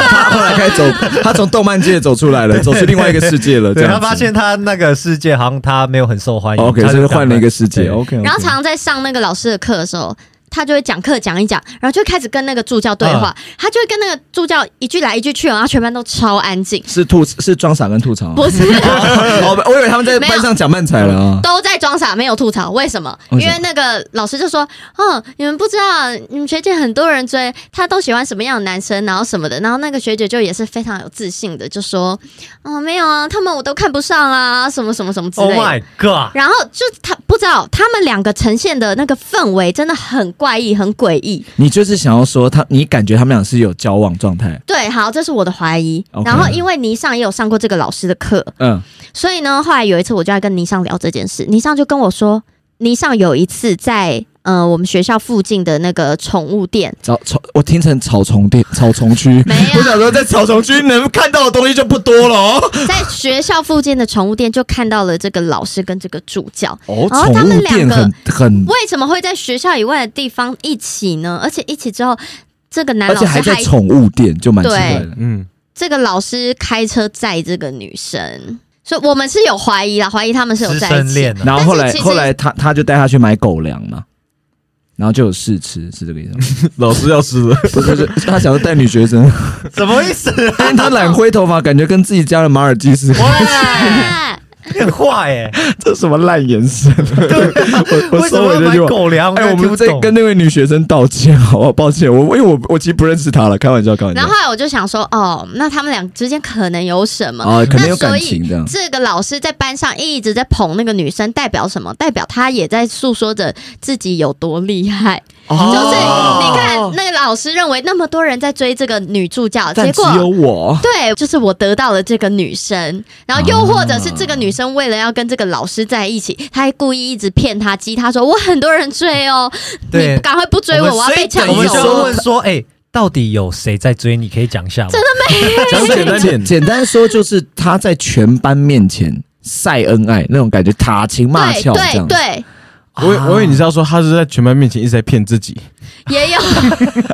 A: 他后来开始走，他从动漫界走出来了，走出另外一个世界了。这
B: 对
A: 样
B: 他
A: 子
B: 发现他那个世界好像他没有很受欢迎
A: ，OK，
B: 他
A: 所以
B: 就
A: 换了一个世界
B: 对
A: ，OK。
D: 然后常常在上那个老师的课的时候，他就会讲课讲一讲，然后就开始跟那个助教对话，他就会跟那个助教一句来一句去，哦然后全班都超安静，
A: 是吐是装傻跟吐槽啊，
D: 不是
A: 哦，我以为他们在
D: 没有
A: 班上讲漫才了啊。
D: 都在装傻，没有吐槽。为什么？因
A: 为什么
D: 为那个老师就说：“嗯，你们不知道，你们学姐很多人追，她都喜欢什么样的男生，然后什么的。”然后那个学姐就也是非常有自信的，就说：“哦，没有啊，他们我都看不上啊，什么什么什么之类
B: ，Oh
D: 的。
B: my god！
D: 然后就他不知道他们两个呈现的那个氛围真的很怪异，很诡异。
A: 你就是想要说他，你感觉他们俩是有交往状态，
D: 对，好，这是我的怀疑。
A: OK
D: 然后因为倪尚也有上过这个老师的课，
A: 嗯，
D: 所以呢，后来有一次我就在跟倪尚聊这件事，倪尚就跟我说，倪尚有一次在呃我们学校附近的那个宠物店，
A: 草草，我听成草丛店、草丛区。
D: 没有
A: 我想说，在草丛区能看到的东西就不多了哦。
D: 在学校附近的宠物店就看到了这个老师跟这个助教。
A: 哦
D: 然后他们两个
A: 很，
D: 为什么会在学校以外的地方一起呢？而且一起之后，这个男
A: 而
D: 老师
A: 且还在宠物店，就蛮奇怪的。
C: 嗯，
D: 这个老师开车载这个女生，所以我们是有怀疑啦，怀疑他们是有
B: 师
D: 在一
B: 生
D: 起。
B: 恋啊，
A: 然后后来
D: 但是其实
A: 后来他他就带他去买狗粮嘛，然后就有试吃，是这个意思 吗？
C: 老师要吃的，
A: 不是不是，他想要带女学生，
B: 什么意思？
A: 因为他染灰头发，感觉跟自己家的马尔济斯，
B: 哇，
D: 啊
B: 你很坏耶！
A: 这什么烂眼神？
D: 啊
A: 我
B: 为什么要买狗粮？
A: 哎，我
B: 也听
A: 们
B: 不
A: 在
B: 懂
A: 跟那位女学生道歉，好不好？抱歉，我因为我我其实不认识她了，开玩笑，开玩笑
D: 然后。后来我就想说，哦，那他们俩之间可能有什么？
A: 啊，可能
D: 那
A: 有感
D: 所以
A: 情这样。
D: 这个老师在班上一直在捧那个女生，代表什么？代表她也在诉说着自己有多厉害。就是
A: 哦
D: 你看，那个老师认为那么多人在追这个女助教，结
A: 但只有
D: 果。
A: 我，
D: 对，就是我得到了这个女生，然后又或者是这个女生为了要跟这个老师在一起，她还故意一直骗他，激他说我很多人追哦，
B: 对
D: 你赶快不追我，我要被抢
B: 我们
A: 所以等于
B: 就要
D: 走
A: 说
D: 了。
B: 问说，哎、到底有谁在追你？可以讲一下吗？
C: 讲简单点，
A: 简单说就是他在全班面前晒恩爱那种感觉，打情骂
D: 对
A: 俏这
D: 对
A: 样。
D: 对，
C: 我以我以为你是要说他是在全班面前一直在骗自己，
D: 也 有啊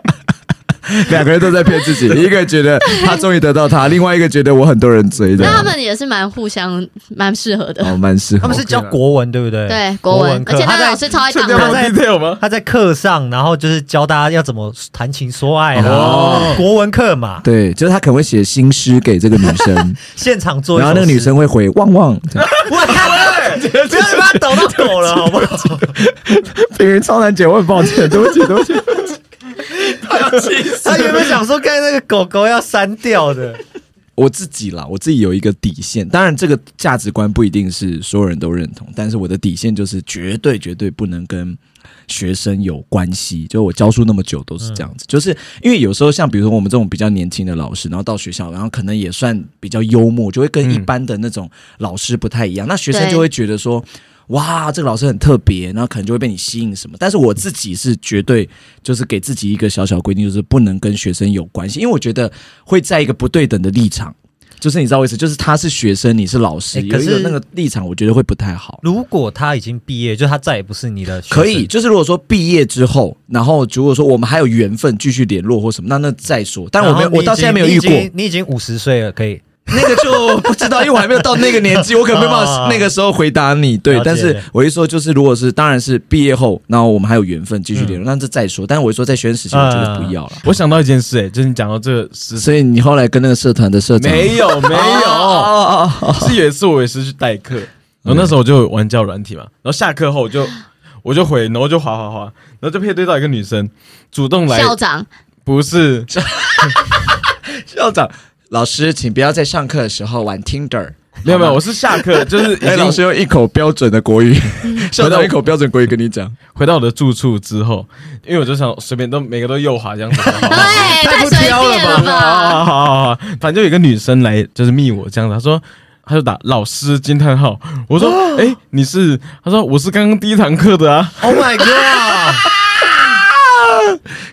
A: 两个人都在骗自己，一个觉得他终于得到他，另外一个觉得我很多人追的
B: 啊
D: 那。他们也是蛮互相蛮适合的。
A: 哦，蛮适合。
B: 他们是教
A: OK 啦
B: 国文，对不对？
D: 对国文，而
B: 课
D: 且
B: 他
D: 那个
B: 在
D: 老师超爱
C: 这哦
D: 讲
C: 你要
B: 他
C: 讲
B: 在
C: detail 吗？
B: 他在课上，然后就是教大家要怎么谈情说爱啦，
C: 哦
B: 国文课嘛，
A: 对，就是他可能会写新诗给这个女生，
B: 现场做一
A: 然
B: 首诗。
A: 后那个女 生会回汪汪，这样
B: 喂，喂不要你把它抖到狗了，好不好？
A: 平云超难解，我很抱歉，对不起，对不起。
B: 他原本想说刚才那个狗狗要删掉的，
A: 我自己啦，我自己有一个底线，当然这个价值观不一定是所有人都认同，但是我的底线就是绝对绝对不能跟学生有关系。就我教书那么久都是这
B: 嗯
A: 样子，就是因为有时候像比如说我们这种比较年轻的老师，然后到学校，然后可能也算比较幽默，就会跟一般的那种老师不太一
B: 嗯
A: 样，那学生
D: 对
A: 就会觉得说。哇，这个老师很特别，然后可能就会被你吸引什么。但是我自己是绝对就是给自己一个小小规定，就是不能跟学生有关系，因为我觉得会在一个不对等的立场，就是你知道我意思，就是他是学生，你是老师，
B: 欸
A: 有
B: 可
A: 一
B: 是
A: 个那个立场，我觉得会不太好。
B: 如果他已经毕业，就他再也不是你的学生，
A: 可以，就是如果说毕业之后，然后如果说我们还有缘分继续联络或什么，那那再说。但我没
B: 然
A: 有，
B: 后你
A: 我到
B: 已经
A: 现在没有遇过
B: 你已经你已经五十岁了，可以。
A: 那个，就不知道，因为我还没有到那个年纪，我可能 没有办法
B: 啊
A: 那个时候回答你。对
B: 了，解
A: 但是我一说就是，如果是当然是毕业后，然后我们还有缘分继续联络，那这再说。但是我一说在学生时期，我觉得不要了。
C: 我想到一件事，哎，就是你讲到这个时
A: 所以你后来跟那个社团的社长
C: 没有没有，
A: 哦哦哦
C: 是有一次我也是去代课，然后那时候我就玩教软体嘛，然后下课后我就我就回，然后就滑滑滑，然后就配对到一个女生，主动来
D: 校长，
C: 不是
A: 校长老师，请不要在上课的时候玩 Tinder。
C: 没有没有，我是下课就是已
A: 哎，老
C: 经
A: 师用一口标准的国语， 校长用一口标准国语跟你讲，
C: 回到我的住处之后，因为我就想随便都每个都右滑这样子，好好
D: 对，
C: 好
D: 太随便了吧？
C: 好好好好，反正就有一个女生来就是密我这样子，她说。她就打老师惊叹号，我说：“哎、你是？”她说：“我是刚刚第一堂课的啊。
B: Oh my god！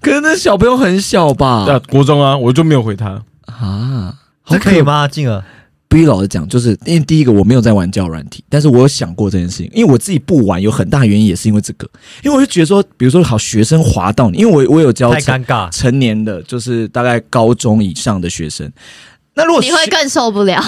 A: 可是那小朋友很小”
C: 对啊
A: 吧？，
C: 国中啊，我就没有回她。
A: 啊，
B: 这可以吗？静儿，
A: 逼老师讲，就是因为第一个我没有在玩交友软体，但是我有想过这件事情，因为我自己不玩，有很大原因也是因为这个，因为我就觉得说，比如说好学生滑到你，因为我我有教
B: 太
A: 成
B: 尴尬。
A: 成年的，就是大概高中以上的学 生，那如果
D: 你会
A: 学
D: 更受不了。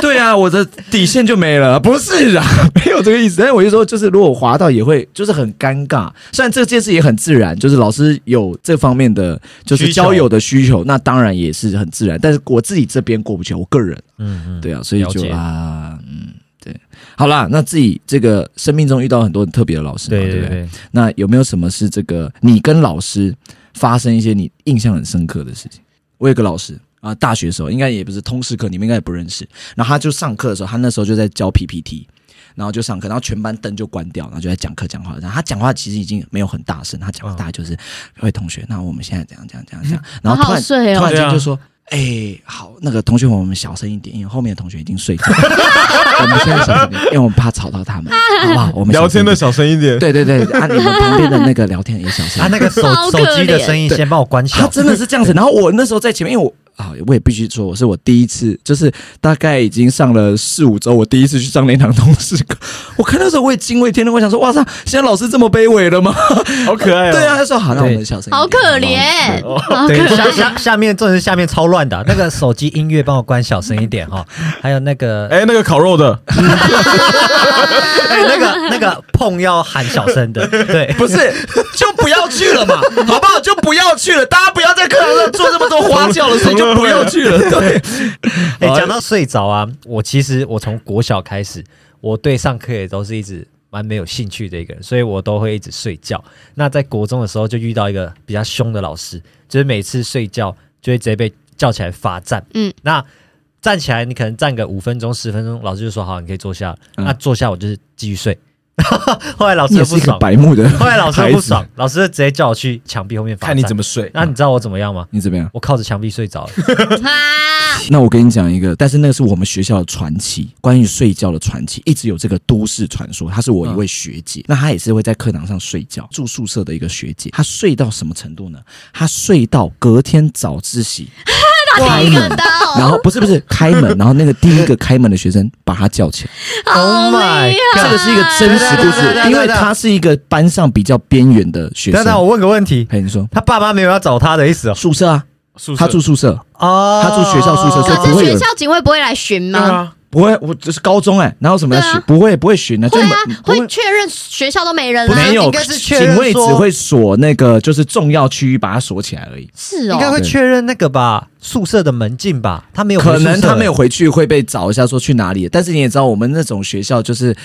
A: 对啊，我的底线就没了，不是啊，没有这个意思。但是我就说，就是如果我滑到也会，就是很尴尬。虽然这件事也很自然，就是老师有这方面的就是
B: 需求
A: 交友的需求，那当然也是很自然。但是我自己这边过不去，我个人。
B: 嗯嗯，
A: 对啊，所以
B: 了
A: 就
B: 解
A: 啊，嗯，对，好啦，那自己这个生命中遇到很多很特别的老师嘛，
B: 对
A: 不
B: 对
A: 对？
B: 对。
A: 那有没有什么是这个你跟老师发生一些你印象很深刻的事情？我有个老师啊，大学时候应该也不是通识课，你们应该也不认识。然后他就上课的时候，他那时候就在教 PPT。然后就上课，然后全班灯就关掉，然后就在讲课讲话。然后他讲话其实已经没有很大声，他讲话大概就是各位同学，那我们现在怎样怎样怎样怎样。然后突然
D: 好睡哦
A: 突然
C: 对
A: 间
C: 啊
A: 就说：“哎、好，那个同学们，我们小声一点，因为后面的同学已经睡着了， 我们现在小声一点，因为我们怕吵到他们，好不好？我们
C: 聊
A: 小声
C: 天
A: 一
C: 的
A: 点
C: 小声一 点，
A: 对对对，啊，你们旁边的那个聊天也小声
B: 他
C: 啊
A: 一点。
B: 那个手
D: 好可
B: 手
D: 怜
B: 机的声音先帮我关
A: 他
B: 小，
A: 真的是这样子。然后我那时候在前面，因为我啊，我也必须说，我是我第一次，就是大概已经上了四五周，我第一次去上那堂通识课。 我看到时候我也惊为天人，我想说，哇塞，现在老师这么卑微了吗？
C: 好可爱哦。
A: 对啊，，他说好，那我们小声一点，
D: 好可怜，哦好可
B: 对，
D: 怜。
B: 下下下面，重点是下面超乱的啊、那个手机音乐帮我关小声一点哈、还有那个，
C: 哎，那个烤肉的，
B: 哎、那个那个碰要喊小声的，对，
A: 不是，就不要去了嘛，好不好？就不要去了，大家不要在课堂上做这么多花轿的事情，就不要去 了。对，
B: 哎、讲到睡着啊，我其实我从国小开始，我对上课也都是一直蛮没有兴趣的一个人，所以我都会一直睡觉。那在国中的时候就遇到一个比较凶的老师，就是每次睡觉就会直接被叫起来罚站。
D: 嗯，
B: 那站起来你可能站个五分钟十分钟，老师就说好，你可以坐下了。
A: 嗯
B: 那坐下我就是继续睡。 后来老师
A: 也
B: 就是不
A: 一个
B: 爽，
A: 白目的，
B: 后来老师就不爽，，老师就直接叫我去墙壁后面罚站。
C: 看你怎么睡。
B: 那你知道我怎么样吗？
A: 你怎么样？
B: 我靠着墙壁睡 着了。
D: 啊，
A: 那我跟你讲一个，但是那个是我们学校的传奇，关于睡觉的传奇，一直有这个都市传说。她是我一位学姐，那她也是会在课堂上睡觉，住宿舍的一个学姐。她睡到什么程度呢？她睡到隔天早自 习开
D: 第一个
A: 门，然
D: 到，
A: 后不是不是开门，然后那个第一个开门的学生把她叫起 来。
D: 好
B: Oh
D: 厉
B: my
D: 害！
B: God
A: 这个是一个真实故
B: 对对对对
A: 事，
B: 对
A: 因为她是一个班上比较边缘的学
B: 等等，我
A: 生。
B: 问个问题，
A: 哎，你说
B: 他爸妈没有要找他的意思哦。
A: 宿舍啊？
C: 宿舍
A: 她住宿舍，
B: 哦
A: 他住学校宿舍所以
D: 可
A: 不
D: 是
A: 会有
D: 学校警卫不会来巡
C: 对
D: 吗？
C: 啊，
A: 不会，我这是高中哎，哪有什么要
D: 对啊
A: 巡？不会不会巡的，就
D: 会啊
A: 门，不
D: 会确认学校都没人啊
A: 没。有，
B: 应该是确认
A: 警卫只
B: 说
A: 会锁那个就是重要区域，把它锁起来而已。
D: 是
B: 应该
D: 哦，
B: 会确认那个吧，宿舍的门禁吧，他没有回宿
A: 可
B: 舍，欸
A: 能他没有回去会被找一下，说去哪里。但是你也知道，我们那种学校就是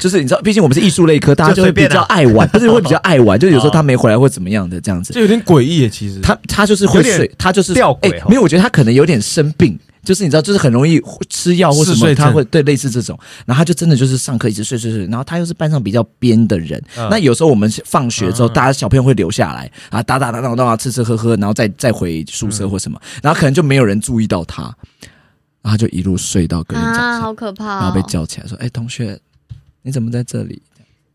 A: 就是你知道，毕竟我们是艺术类科，大家就会
B: 随
A: 比
B: 便啊
A: 较爱玩，不是会比较爱玩，就有时候他没回来或怎么样的这样子。
C: 这有点诡异耶，其实。
A: 他他就是会
B: 有点
A: 睡，他就是
B: 吊诡
A: 哎
B: 哦
A: 没有，我觉得他可能有点生病，就是你知道，就是很容易吃药或什
C: 嗜
A: 么，
C: 睡
A: 他
C: 症
A: 会对类似这种。然后他就真的就是上课一直睡睡睡，然后他又是班上比较边的人。
B: 嗯
A: 那有时候我们放学之后，
C: 嗯
A: 大家小朋友会留下来啊，打打打闹闹啊，吃吃喝喝，然后再再回宿
B: 嗯
A: 舍或什么，然后可能就没有人注意到他，然后他就一路睡到隔天早
D: 啊，
A: 上，
D: 好可
A: 然
D: 怕
A: 后被
D: 哦。
A: 叫起来说：“哎，同学，你怎么在这里？”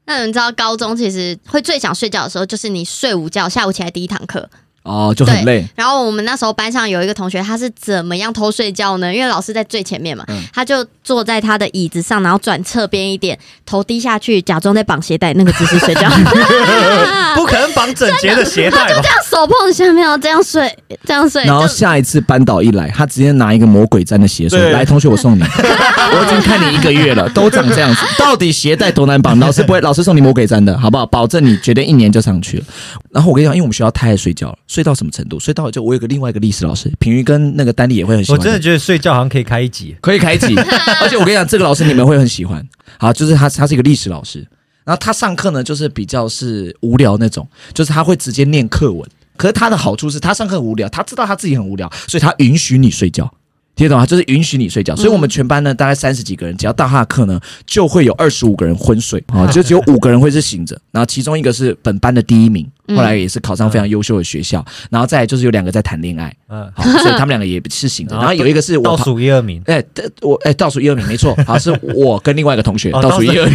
D: 那你知道高中其实会最想睡觉的时候，就是你睡午觉，下午起来第一堂课。
A: 哦，就很累，
D: 然后我们那时候班上有一个同学，他是怎么样偷睡觉呢？因为老师在最前面嘛，
A: 嗯
D: 他就坐在他的椅子上，然后转侧边一点，头低下去，假装在绑鞋带那个姿势睡 觉，
A: 啊
B: 不可能绑整洁的鞋带 吧？
D: 手碰下面，然后这样睡，这样睡，
A: 然后
D: 就
A: 下一次班导一来，他直接拿一个魔鬼毡的鞋说：“
C: 对
A: 来，同学，我送你。我已经看你一个月了，都长这样子，到底鞋带多难绑？老师不会，老师送你魔鬼毡的，好不好？保证你绝对一年就上去了。”然后我跟你讲，因为我们学校太爱睡觉了，睡到什么程度？睡到就我有个另外一个历史老师，平瑜跟那个丹丽也会很喜
B: 我
A: 欢。
B: 真的觉得睡觉好像可以开一集，
A: 可以开启，而且我跟你讲，这个老师你们会很喜欢。好，就是他，他是一个历史老师，然后他上课呢，就是比较是无聊那种，就是他会直接念课文。可是他的好处是他上课很无聊，他知道他自己很无聊，所以他允许你睡觉。听得懂吗？就是允许你睡觉，所以我们全班呢，大概三十几个人，只要到他的课呢，就会有二十五个人昏睡啊，就只有五个人会是醒着，然后其中一个是本班的第一名，后来也是考上非常优秀的学校，然后再来就是有两个在谈恋爱，
B: 嗯，
A: 好，所以他们两个也是醒着，然后有一个是我
B: 倒
A: 旁
B: 数一二名，
A: 哎、对我哎、倒数一二名，没错，好，是我跟另外一个同学
B: 哦
A: 倒数一二名。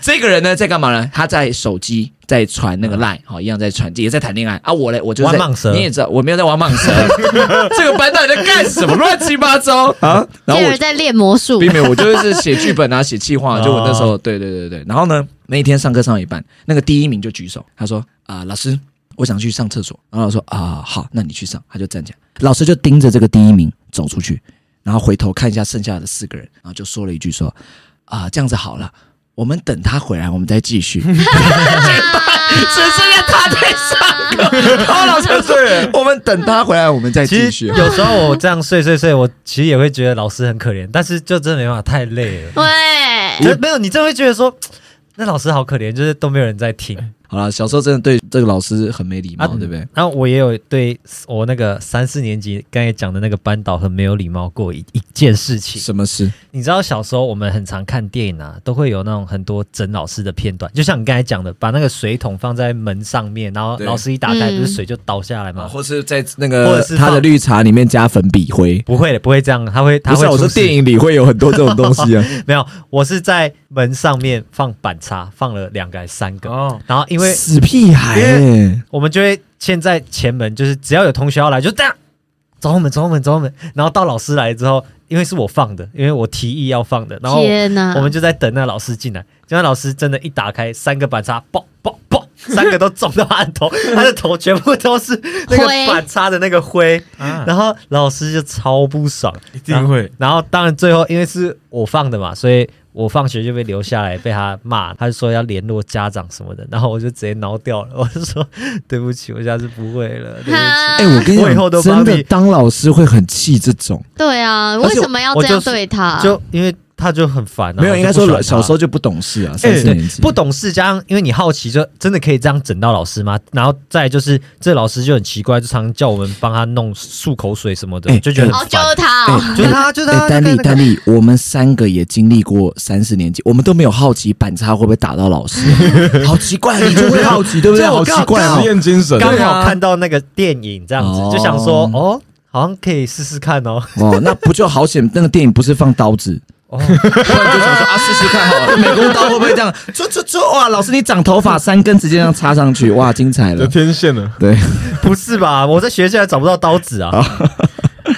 A: 这个人呢，在干嘛呢？他在手机在传那个 line，好、一样在传，也在谈恋爱啊。我嘞，我就是在
B: 玩蟒蛇
A: 你也知道，我没有在玩蟒蛇。这个班到底在干什么？乱七八糟啊！然后
D: 进
A: 我
D: 而在练魔术，
A: 并没有，我就是写剧本啊，写企划、就我那
B: 哦
A: 时候，对对对对。然后呢，那一天上课上到一半，那个第一名就举手，他说：“啊、老师，我想去上厕所。”然后我说：“啊、好，那你去上。”他就站起来，老师就盯着这个第一名走出去，然后回头看一下剩下的四个人，然后就说了一句说：“啊、这样子好了。”我们等他回来，我们再继 续。只剩 下
D: 啊
A: 他在上课，然后老师说：“我们等他回来，我们再
B: 其
A: 继
B: 实
A: 续。”
B: 有时候我这样睡睡睡，我其实也会觉得老师很可怜，但是就真的没办法，太累了。
D: 对，
B: 就没有，你真的会觉得说，那老师好可怜，就是都没有人在听。
A: 好了，小时候真的对这个老师很没礼貌，
B: 啊
A: 对不对？
B: 然后我也有对我那个三四年级刚才讲的那个班导很没有礼貌过一一件事情，
A: 什么事？
B: 你知道小时候我们很常看电影啊，都会有那种很多整老师的片段，就像你刚才讲的，把那个水桶放在门上面，然后
A: 对
B: 老师一打开，
D: 嗯
B: 不是水就倒下来
A: 啊，
B: 吗？
A: 或是在那个
B: 或者是
A: 他
B: 放
A: 的绿茶里面加粉笔灰。
B: 不会的，不会这样，他会他
A: 不是
B: 会
A: 啊，我
B: 出
A: 说
B: 事
A: 电影里会有很多这种东 西啊，
B: 没有，我是在门上面放板擦，放了两个还是三个，
C: 哦，
B: 然后因为
A: 死屁孩、
B: 因
A: 欸，
B: 我们就会现在前门就是只要有同学要来就这样走后门，走后门，走后门。然后到老师来之后，因为是我放的，因为我提议要放的，然后我
D: 天哪！
B: 我们就在等那老师进来。结果老师真的，一打开三个板擦，爆爆爆，三个都中到他的头，他的头全部都是那
D: 灰
B: 个板擦的那个灰。
C: 啊，
B: 然后老师就超不爽，
C: 一定会。
B: 然后当然最后因为是我放的嘛，所以我放学就被留下来被他骂，他就说要联络家长什么的，然后我就直接挠掉了，我就说对不起，我下次不会了，对不起。
D: 哈
A: 哎、我跟你
B: 我以
A: 讲，
B: 后都
A: 真
B: 芭
A: 的
B: 比
A: 当老师会很气这种，
D: 对啊，
B: 且
D: 为什么要这样对他？
B: 就因为他就很烦、啊，
A: 没有，应该
B: 我就
A: 说
B: 不喜欢
A: 老
B: 他
A: 小时候就不懂事啊，三
B: 哎，
A: 四
B: 对
A: 年，级、
B: 不懂事加上因为你好奇，就真的可以这样整到老师吗？然后再来就是这老师就很奇怪，就常叫我们帮他弄漱口水什么的，
A: 哎
B: 就觉得
D: 哦，
B: 很
D: 就
B: 烦。
D: 他哦，
A: 哎
B: 就是他，就是
A: 哎、
B: 他。
A: 丹丽，
B: 那个那个
A: 丹丽，我们三个也经历过三四年级，我们都没有好奇板擦会不会打到老师，啊 好奇怪，你就会好奇，对不对？
B: 这我
A: 好
B: 告
A: 奇怪
C: 实
A: 哦。
C: 验精神，
B: 刚好看到那个电影这样子
A: 哦，
B: 就想说啊哦，好像可以试试看哦。
A: 哦，那不就好险？那个电影不是放刀子，
B: 哦，
A: 不然就想说啊，试试看好了，美工刀会不会这样？戳戳戳！哇，老师你长头发三根直接这样插上去，哇，精彩
C: 的
A: 了。
C: 天线了。
A: 对，
B: 不是吧？我在学校还找不到刀子啊！
C: 哎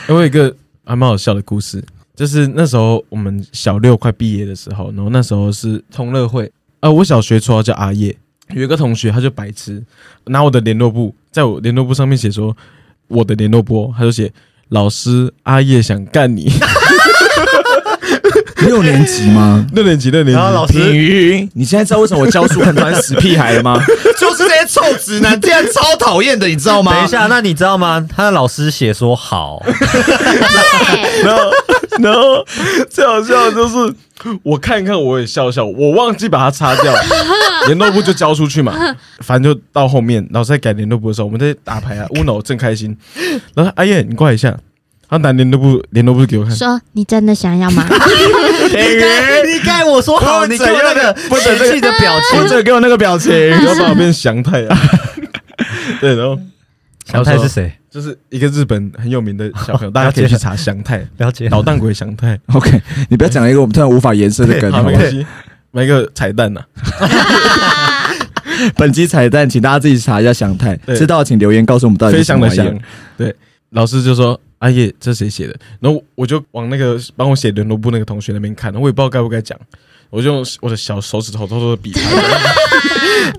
C: 我有一个还蛮好笑的故事，就是那时候我们小六快毕业的时候，然后那时候是同乐会，呃，我小学绰号叫阿叶，有一个同学他就白痴，拿我的联络簿，在我联络簿上面写说我的联络簿，他就写老师阿叶想干你，
A: 六年级吗？
C: 六年级六年
B: 然后老
C: 级，
A: 品
B: 师
A: 瑜，你现在知道为什么我教书很讨厌死屁孩了吗？ 就是这些臭直男，这样超讨厌的，你知道吗？
B: 等一下，那你知道吗？他的老师写说好，
D: 对，
C: 然后然后最好笑的就是我看一看我也笑笑，我忘记把它擦掉，联络簿就交出去嘛，反正就到后面老师在改联络簿的时候，我们在打牌啊，乌脑正开心，然后阿燕你过来一下，他拿联络簿联络簿给我看，
D: 说你真的想要吗？
B: 你该 你该我说好，
A: 不
B: 你给我那个
A: 不准这个
B: 嫌弃的表情，
A: 者给我那个表情，
C: 然后把我变祥太啊，对，然后
B: 小泰是谁？
C: 就是一个日本很有名的小朋友，大家可以去查祥太，
B: 了解
C: 捣蛋鬼祥太，
A: OK，你不要讲一个我们突然无法延伸的梗，
C: 好
A: 好吗
C: 没？关系，买一个彩蛋呐、啊，
A: 本集彩蛋，请大家自己查一下祥太，
C: 对
A: 知道请留言告诉我们到底
C: 飞
A: 是什
C: 翔
A: 么玩
C: 的
A: 意儿
C: 翔。对，老师就说：“阿叶，这谁写的？”然后我就往那个帮我写联络簿那个同学那边看，我也不知道该不该讲，我就用我的小手指头偷偷的比他。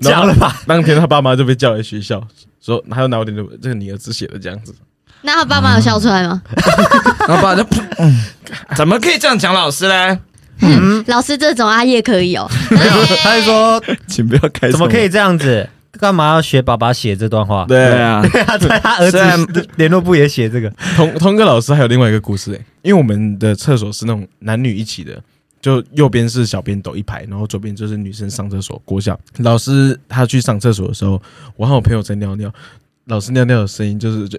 C: 然
B: 讲
C: 后
B: 了吧？
C: 当天他爸妈就被叫来学校，说他要拿我联络簿，这个你儿子写的这样子。
D: 那他爸妈有笑出来吗？
A: 然后爸就，嗯，怎么可以这样讲老师呢？
D: 嗯老师这种阿叶可以哦，
B: 没有， 他就说
A: 请不要开，
B: 怎么可以？这样子？干嘛要学爸爸写这段话？
C: 对
A: 对啊，
B: 对啊，在他儿
A: 虽然
B: 子联络部也写 这个，
C: 同同个老师还有另外一个故事、欸，因为我们的厕所是那种男女一起的，就右边是小便斗一排，然后左边就是女生上厕所。国小老师他去上厕所的时候，我和我朋友在尿尿，老师尿尿的声音就是 就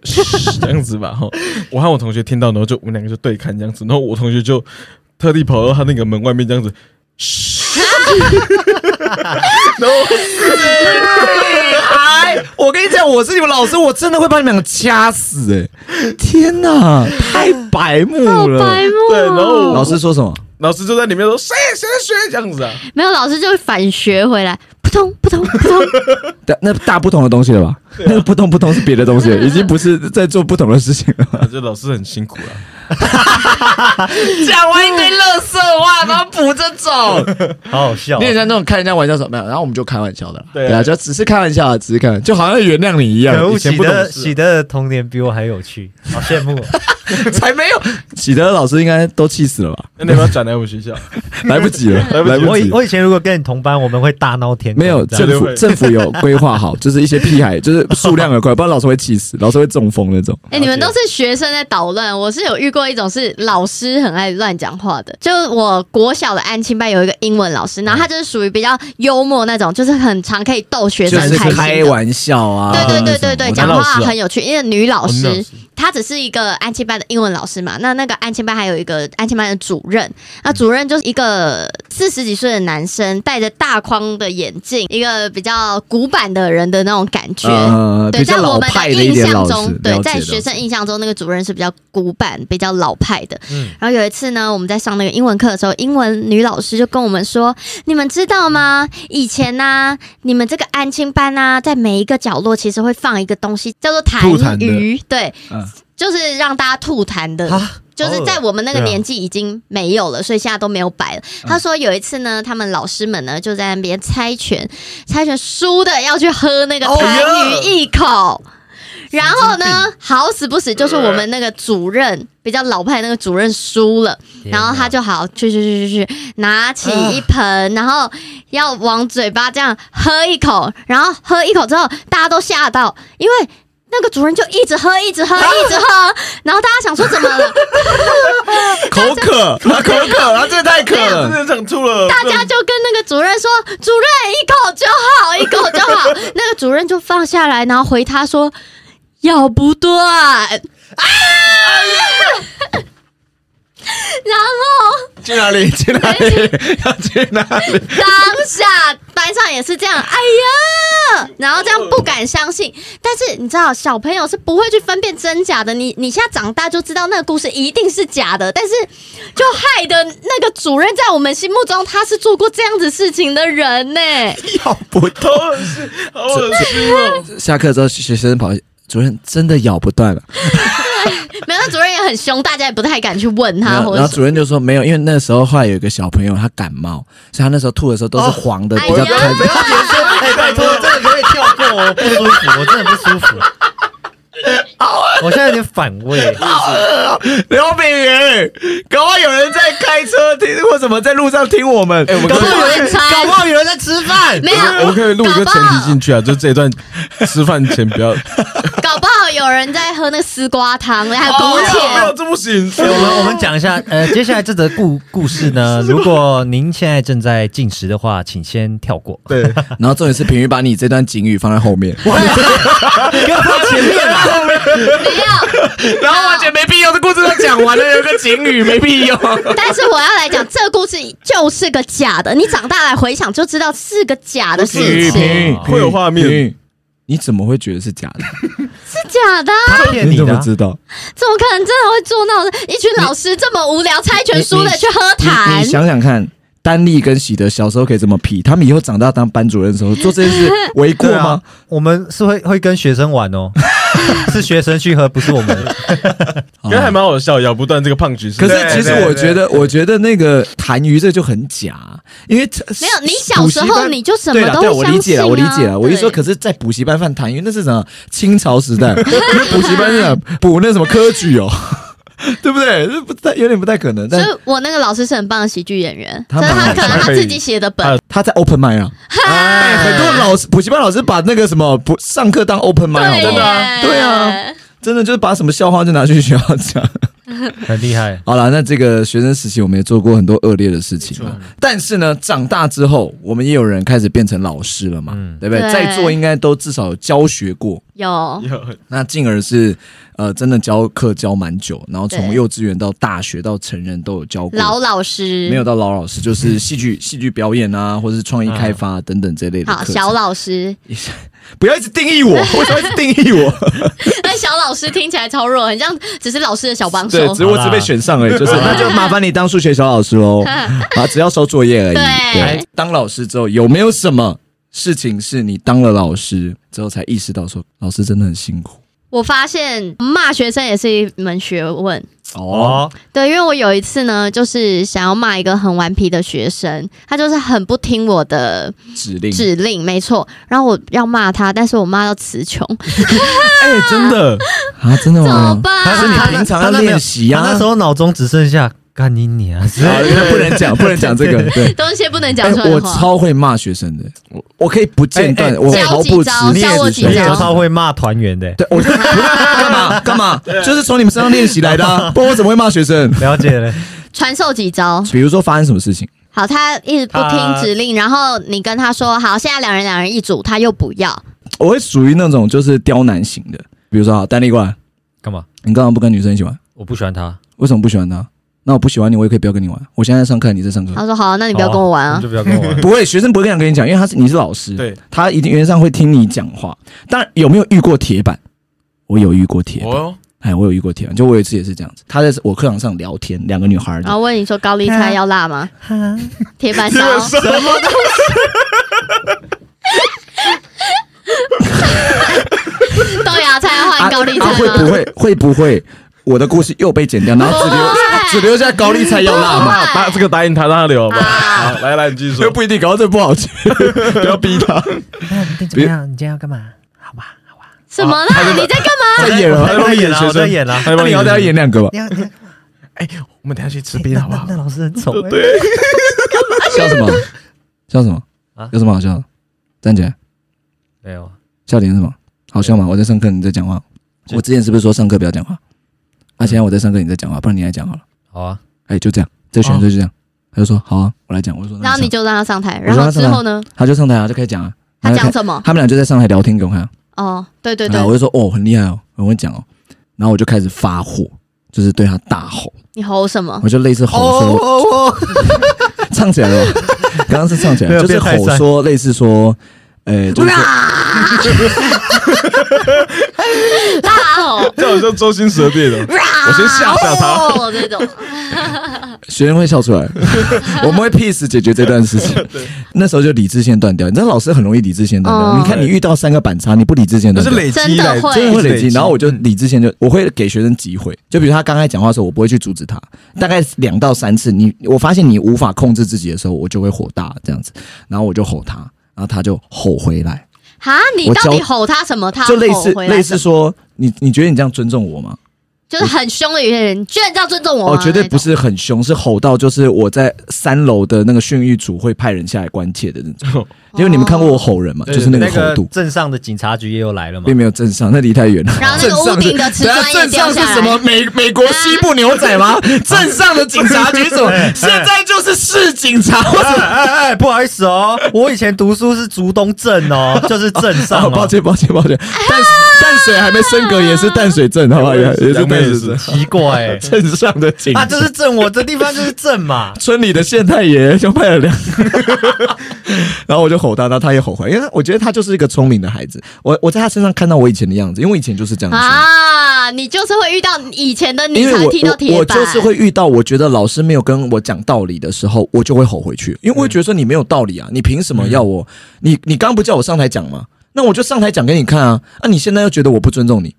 C: 这样子吧，哈，我和我同学听到，然后就我们两个就对看这样子，然后我同学就特地跑到他那个门外面这样子，然后
A: 哎，我跟你讲，我是你们老师，我真的会把你们两个掐死、哎，天哪，太白目
D: 好白
A: 了。
D: 目
C: 对然后
D: 哦。
A: 老师说什么？
C: 老师就在里面说谁谁谁这样子啊，
D: 没有，老师就会反学回来，扑通扑通扑通。
A: 大那大不同的东西了吧？那个不同不同是别的东西了，已经不是在做不同的事情了。
C: 就啊老师很辛苦啊了。
A: 讲完一堆乐色话，然后补这种，
B: 好好 笑
A: 你也在那种开人家玩笑什么没有？然后我们就开玩笑的啦，
C: 对啊
A: 对啊，就只是开玩笑，只是开玩笑，就好像原谅你一样。
B: 可恶，
A: 以前
B: 喜
A: 不懂
B: 德
A: 事
B: 喜德的啊童年比我还有趣，好羡慕哦。
A: 才没有，喜德老师应该都气死了吧？
C: 那你要不要转来我们学校？
A: 来不 及了，来
C: 来
A: 不
B: 我以
A: 及。
B: 我以前如果跟你同班，我们会大闹天宫。
A: 没有
B: 这样
A: 政府，政府有规划好，就是一些屁孩，就是数量有规划，不然老师会气死，老师会中风那种。
D: 哎、你们都是学生在捣乱，我是有遇过一种是老师很爱乱讲话的。就我国小的安亲班有一个英文老师，然后他就是属于比较幽默那种，就是很常可以逗学生开心的。
A: 玩笑啊
D: 对对对对对，讲
C: 老
D: 话
C: 师哦
D: 很有趣。因为女老
C: 哦女
D: 师
C: 老师，
D: 她只是一个安亲班的英文老师嘛。那那个安亲班还有一个安亲班的主任，那主任就是一个四十几岁的男生，戴着大框的眼镜，一个比较古板的人的那种感觉。
A: 呃，
D: 对，
A: 比较
D: 在我
A: 老
D: 们
A: 派
D: 的
A: 的一
D: 印
A: 点
D: 象
A: 老
D: 中
A: 师，，
D: 对
A: 了，解
D: 在
A: 了
D: 学生
A: 解
D: 印象中，那个主任是比较古板、比较老派的。
B: 嗯
D: 然后有一次呢，我们在上那个英文课的时候，英文女老师就跟我们说：“你们知道吗？以前呢、你们这个啊安亲班啊，在每一个角落其实会放一个东西，叫做
A: 吐痰
D: 痰
A: 的
D: 盂。对，
A: 嗯
D: 就是让大家吐痰的
B: 啊，
D: 就是在我们那个年纪已经没有了，所以现在都没有摆了。
A: 嗯
D: 他说有一次呢，他们老师们呢就在那边猜拳，猜拳输的要去喝那个痰盂一口。然后呢，好死不死就是我们那个主任比较老派那个主任输了，然后他就好去去去去去拿起一盆，然后要往嘴巴这样喝一口，然后喝一口之后大家都吓到，因为那个主人就一直喝一直喝一直喝，然后大家想说怎么了，
A: 口渴，他口渴，他真的太渴
C: 真
A: 了。
C: 的想吐了，
D: 大家就跟那个主任说：“主任，一口就好，一口就好。” 那个主任就放下来，然后回他说：“咬不断。” 啊！然后
A: 去哪里？去哪里？要去哪里？
D: 当下班上也是这样，哎呀，然后这样不敢相信。但是你知道，小朋友是不会去分辨真假的。你你现在长大就知道那个故事一定是假的，但是就害得那个主任在我们心目中他是做过这样子事情的人呢、
A: 要不动。
C: 好恶心，好恶心哦！
A: 下课之后，学生跑，主任真的咬不断了。
D: 没有，那主任也很凶，大家也不太敢去问他，
A: 然后
D: 或
A: 然
D: 者
A: 后
D: 是
A: 主任就说没有，因为那时候后来有一个小朋友他感冒，所以他那时候吐的时候都是黄的，
D: 哦
A: 比较
D: 哎呀
A: 干
B: 不要结束，哎，拜托，这个可以跳过哦，我不舒服，我真的不舒服。我现在有点反胃，
A: 啊刘炳宇，搞不好有人在开车听，或什么在路上听我们。哎、
C: 我
A: 我们
C: 们
D: 搞不好有人猜
B: 搞不好有人在吃饭。
D: 没有，
C: 我们可以录一个前提进去啊，就这一段吃饭前不要，
D: 搞不好，搞不好有人在喝那个丝瓜汤，哦还有
C: 不
D: 勾
C: 要，不要，
D: 芡。
C: 这不行。
B: 对哎我们我们讲一下，呃，接下来这则故故事 呢，如果您现在正在进食的话，请先 跳过。
C: 对，
A: 然后重点是平宇把你这段警语放在后面，
B: 不要放前 面啦，
D: 没有，
A: 然后我觉得没必要的故事都讲完了，有个警语没必要。
D: 但是我要来讲，这个故事就是个假的。你长大来回想就知道是个假的事
A: 平宇，平
D: 情，
A: 宇
C: 会有画面
A: 平宇你怎么会觉得是假的？
D: 是假的啊、
B: 他骗
A: 你
B: 你
A: 怎
B: 的
A: 么
B: 啊。
A: 知道？
D: 怎么可能真的会做那种一群老师这么无聊猜拳输了去喝
A: 你
D: 痰？
A: 想想看。丹立跟喜德小时候可以这么皮，他们以后长大当班主任的时候做这件 事为过
B: 对
A: 吗
B: 啊？，我们是会会跟学生 玩哦，是学生去喝，不是我们。
A: 啊
C: 觉得还蛮好笑，咬不断这个胖橘子。
A: 可是
C: 对
A: 其实
C: 对
A: 我
C: 对
A: 觉得，我觉得那个痰盂这就很假，因为这
D: 没有，你小时
A: 补习
D: 候
A: 班
D: 你就什
A: 对
D: 么
A: 了，
D: 都
A: 对，
D: 会
A: 我理
D: 相
A: 解
D: 信啊
A: 了，我理解了。我一说，
D: 对
A: 可是，在补习班犯痰盂，那是什 么？清朝时代，因为补习班是什么补那什么科举 哦，对不对？这不太有点不太可能。
D: 所
A: 但
D: 以我那个老师是很棒的喜剧演员，
A: 他
D: 但是他
A: 蛮
D: 可能他
C: 可以
D: 自己写的本
C: 他，
A: 他在 open mind 啊，哎很多老师补习班老师把那个什么补上课当 open mind 好
D: 对
A: 不好？
D: 耶
A: 对啊，真的就是把什么笑话就拿去学校讲。
B: 很厉害。
A: 好了，那这个学生时期我们也做过很多恶劣的事情嘛，但是呢，长大之后我们也有人开始变成老师了嘛，
B: 嗯
A: 对不对？
D: 对
A: 在座应该都至少有教学过，
D: 有
A: 那进而是呃真的教课教蛮久，然后从
D: 对
A: 幼稚园到大学到成人都有教过。
D: 老老师
A: 没有到老老师， 就是戏剧、戏剧表演啊，或是创意开发、等等这类的
D: 好，
A: 课程。
D: 小老师，
A: 不要一直定义我，为什么一直定义我？
D: 但小老师听起来超弱，很像只是老师的小帮手
A: 对，只。是我只被选上而已， 就是那就麻烦你当数学小老师喽，啊，只要收作业而已。
D: 对
A: 对，当老师之后有没有什么事情是你当了老师之后才意识到说老师真的很辛苦？
D: 我发现骂学生也是一门学问。
A: 哦，
B: 哦，
D: 对，因为我有一次呢，就是想要骂一个很顽皮的学生，他就是很不听我的
A: 指令，
D: 指令，没错。然后我要骂他，但是我骂到词穷，
C: 哎，真的，
A: 啊，真的
D: 怎么
A: 吗？
D: 办？
A: 可是你平常要练习啊
B: 他
A: 呀
B: 那时。候脑中只剩下干你娘，是
A: 啊不能讲，不能讲这个。 对，
D: 都是些不能
A: 哎
D: 讲出来
A: 我
D: 的话。
A: 超会骂学生的，我我可以不间断，
B: 哎哎
A: 我
D: 教
A: 毫
D: 几
A: 不止
D: 招教我几
A: 啊
B: 你
D: 招
B: 有超会骂团 员的。
A: 对，我就干嘛干 嘛，就是从你们身上练习来的啊，不然我怎么会骂学生？
B: 了解了，
D: 传授几招，
A: 比如说发生什么事情？
D: 好，他一直不听
B: 他
D: 指令，然后你跟他说好，现在两人两人一组，他又不要，
A: 我会属于那种就是刁难型的，比如说啊，丹立过来，
B: 干嘛？
A: 你刚刚不跟女生一起玩，
B: 我不喜欢他，
A: 为什么不喜欢她？那我不喜欢你，我也可以不要跟你玩。我现在在上课，你在上课，
D: 他说好，那你不要
A: 哦
B: 好
D: 跟我玩
B: 哦你
D: 啊。
B: 就不要跟我 玩。
A: 不会，学生不会这样跟你讲，因为他是你是老师，
C: 对，
A: 他一定原则上会听你讲话。当然，有没有遇过铁板？我有遇过铁板，
C: 哦，
A: 哎，我有遇过铁板，就我有一次也是这样子，他在我课堂上聊天，两个女孩儿
D: 然后问你说高丽菜要 辣吗？铁板烧，豆芽菜要换高丽
A: 啊
D: 菜
A: 会不
D: 吗？
A: 会会不会我的故事又被剪 掉，然后只留只留下高丽菜要辣吗？
C: 那哦答这个答应他，让他留好不
A: 啊
C: 好？好来来，你继续
A: 又
C: 说，
A: 不一定，搞到这不好吃，
C: 不要逼 他。
B: 哎你怎么样？你今天要干嘛？好吧，好吧，
D: 什么
A: 啊
D: 啦？你在干嘛？
A: 再 演了，
B: 我在演了，我在演 了。
C: 还
A: 那
C: 帮
A: 你要再演两个吧？
B: 你要你要，
C: 哎，我们等一下去吃
B: 哎
C: 冰
B: 那
C: 好不好
B: 那？那老师很丑欸，
A: 笑什么？笑什么
B: 啊？
A: 有什么好笑的？站起来，
B: 没有，啊
A: 笑点是什么？好笑吗？我在上课，你在讲话。
B: 就
A: 我之前是不是说上课不要讲话？啊，现在我在上课，你在讲话，不然你来讲好了。
B: 好啊，
A: 哎，就这样，这个选择就这样。他就说好啊，我来讲。我就说，
D: 然后你
A: 就
D: 就让他上台，
A: 我
D: 然
A: 说
D: 后
A: 他上
D: 之
A: 台
D: 后呢？
A: 他就上台啊，就开始讲啊。
D: 他
A: 然后就
D: 讲
A: 开
D: 什么？
A: 他们俩就在上台聊天给我看啊。
D: 哦，对对对
A: 然后，我就说哦，很厉害哦，很会讲哦。然后我就开始发火，就是对他大吼，
D: 你吼什么？
A: 我就类似吼说
B: 哦哦，
A: 唱起来了吧，刚刚是唱起
B: 没
A: 来，
B: 有
A: 就是
B: 变
A: 吼
B: 态赛
A: 说类似说，呃，就是说
D: 大吼，
C: 这好像周星驰的电
A: 啊
C: 影哦，我先吓吓他。
D: 哦这种。
A: 学生会笑出 来，我们会 peace 解决这段事情。那时候就理智线断掉，你知道老师很容易理智线断掉。
D: 哦
A: 你看你遇到三个板擦，你不理智线
C: 那
A: 断
C: 是
A: 掉。
C: 累积来
D: 真的会，
A: 真的会累积，
C: 累积
A: 然后我就理智线就我会给学生机会，就比如他刚开始讲话的时候，我不会去阻止他，大概两到三次，你我发现你无法控制自己的时候，我就会火大这样子，然后我就吼他，然后他就吼回来，
D: 哈，你
A: 我
D: 到底
A: 教
D: 吼他什么？他
A: 就类
D: 吼
A: 似
D: 回来
A: 类
D: 什
A: 似
D: 么，
A: 说你你觉得你这样尊重我吗？
D: 就是很凶的有些人，你居然这样尊重我
A: 哦，
D: 吗？
A: 绝对
D: 那
A: 不
D: 种。
A: 是很凶，是吼到就是我在三楼的那个训育组会派人下来关切的那 种，因为你们看过我吼人嘛，就是那个
B: 那
A: 吼度。
B: 镇上的警察局也有来了嘛
A: 并？没有镇上，那离太远了。
D: 然后那个屋顶的瓷砖也
A: 啊镇上
D: 掉
A: 是
D: 下来啊
A: 什么美美国西部牛仔 吗？镇上的警察局 什么？现在就是市警 察或
B: 哎
A: 者
B: 哎哎，不好意思哦，我以前读书是竹东镇哦，就是镇上
A: 哦，
B: 哦，
A: 抱歉抱歉抱歉， 淡淡水还没升格，也是淡水镇，好吧，也也是淡水镇，
B: 奇怪 欸，
A: 镇上的警察。
B: 啊，就是镇，我的地方就是镇嘛
A: 村里的县太爷就派了两个， 然后我就吼他，他他也吼回来，因为我觉得他就是一个聪明的孩子。我我在他身上看到我以前的样子，因为我以前就是这样子。
D: 啊，你就是会遇到以前的你
A: 因为
D: 才
A: 我
D: 踢到
A: 我
D: 铁
A: 我
D: 板，
A: 就是会遇到，我觉得老师没有跟我讲道理的时候，我就会吼回去，因为我会觉得说你没有道理啊，你凭什么
D: 嗯
A: 要我？你你刚不叫我上台讲吗？那我就上台讲给你看啊！啊，你现在又觉得我不尊重你，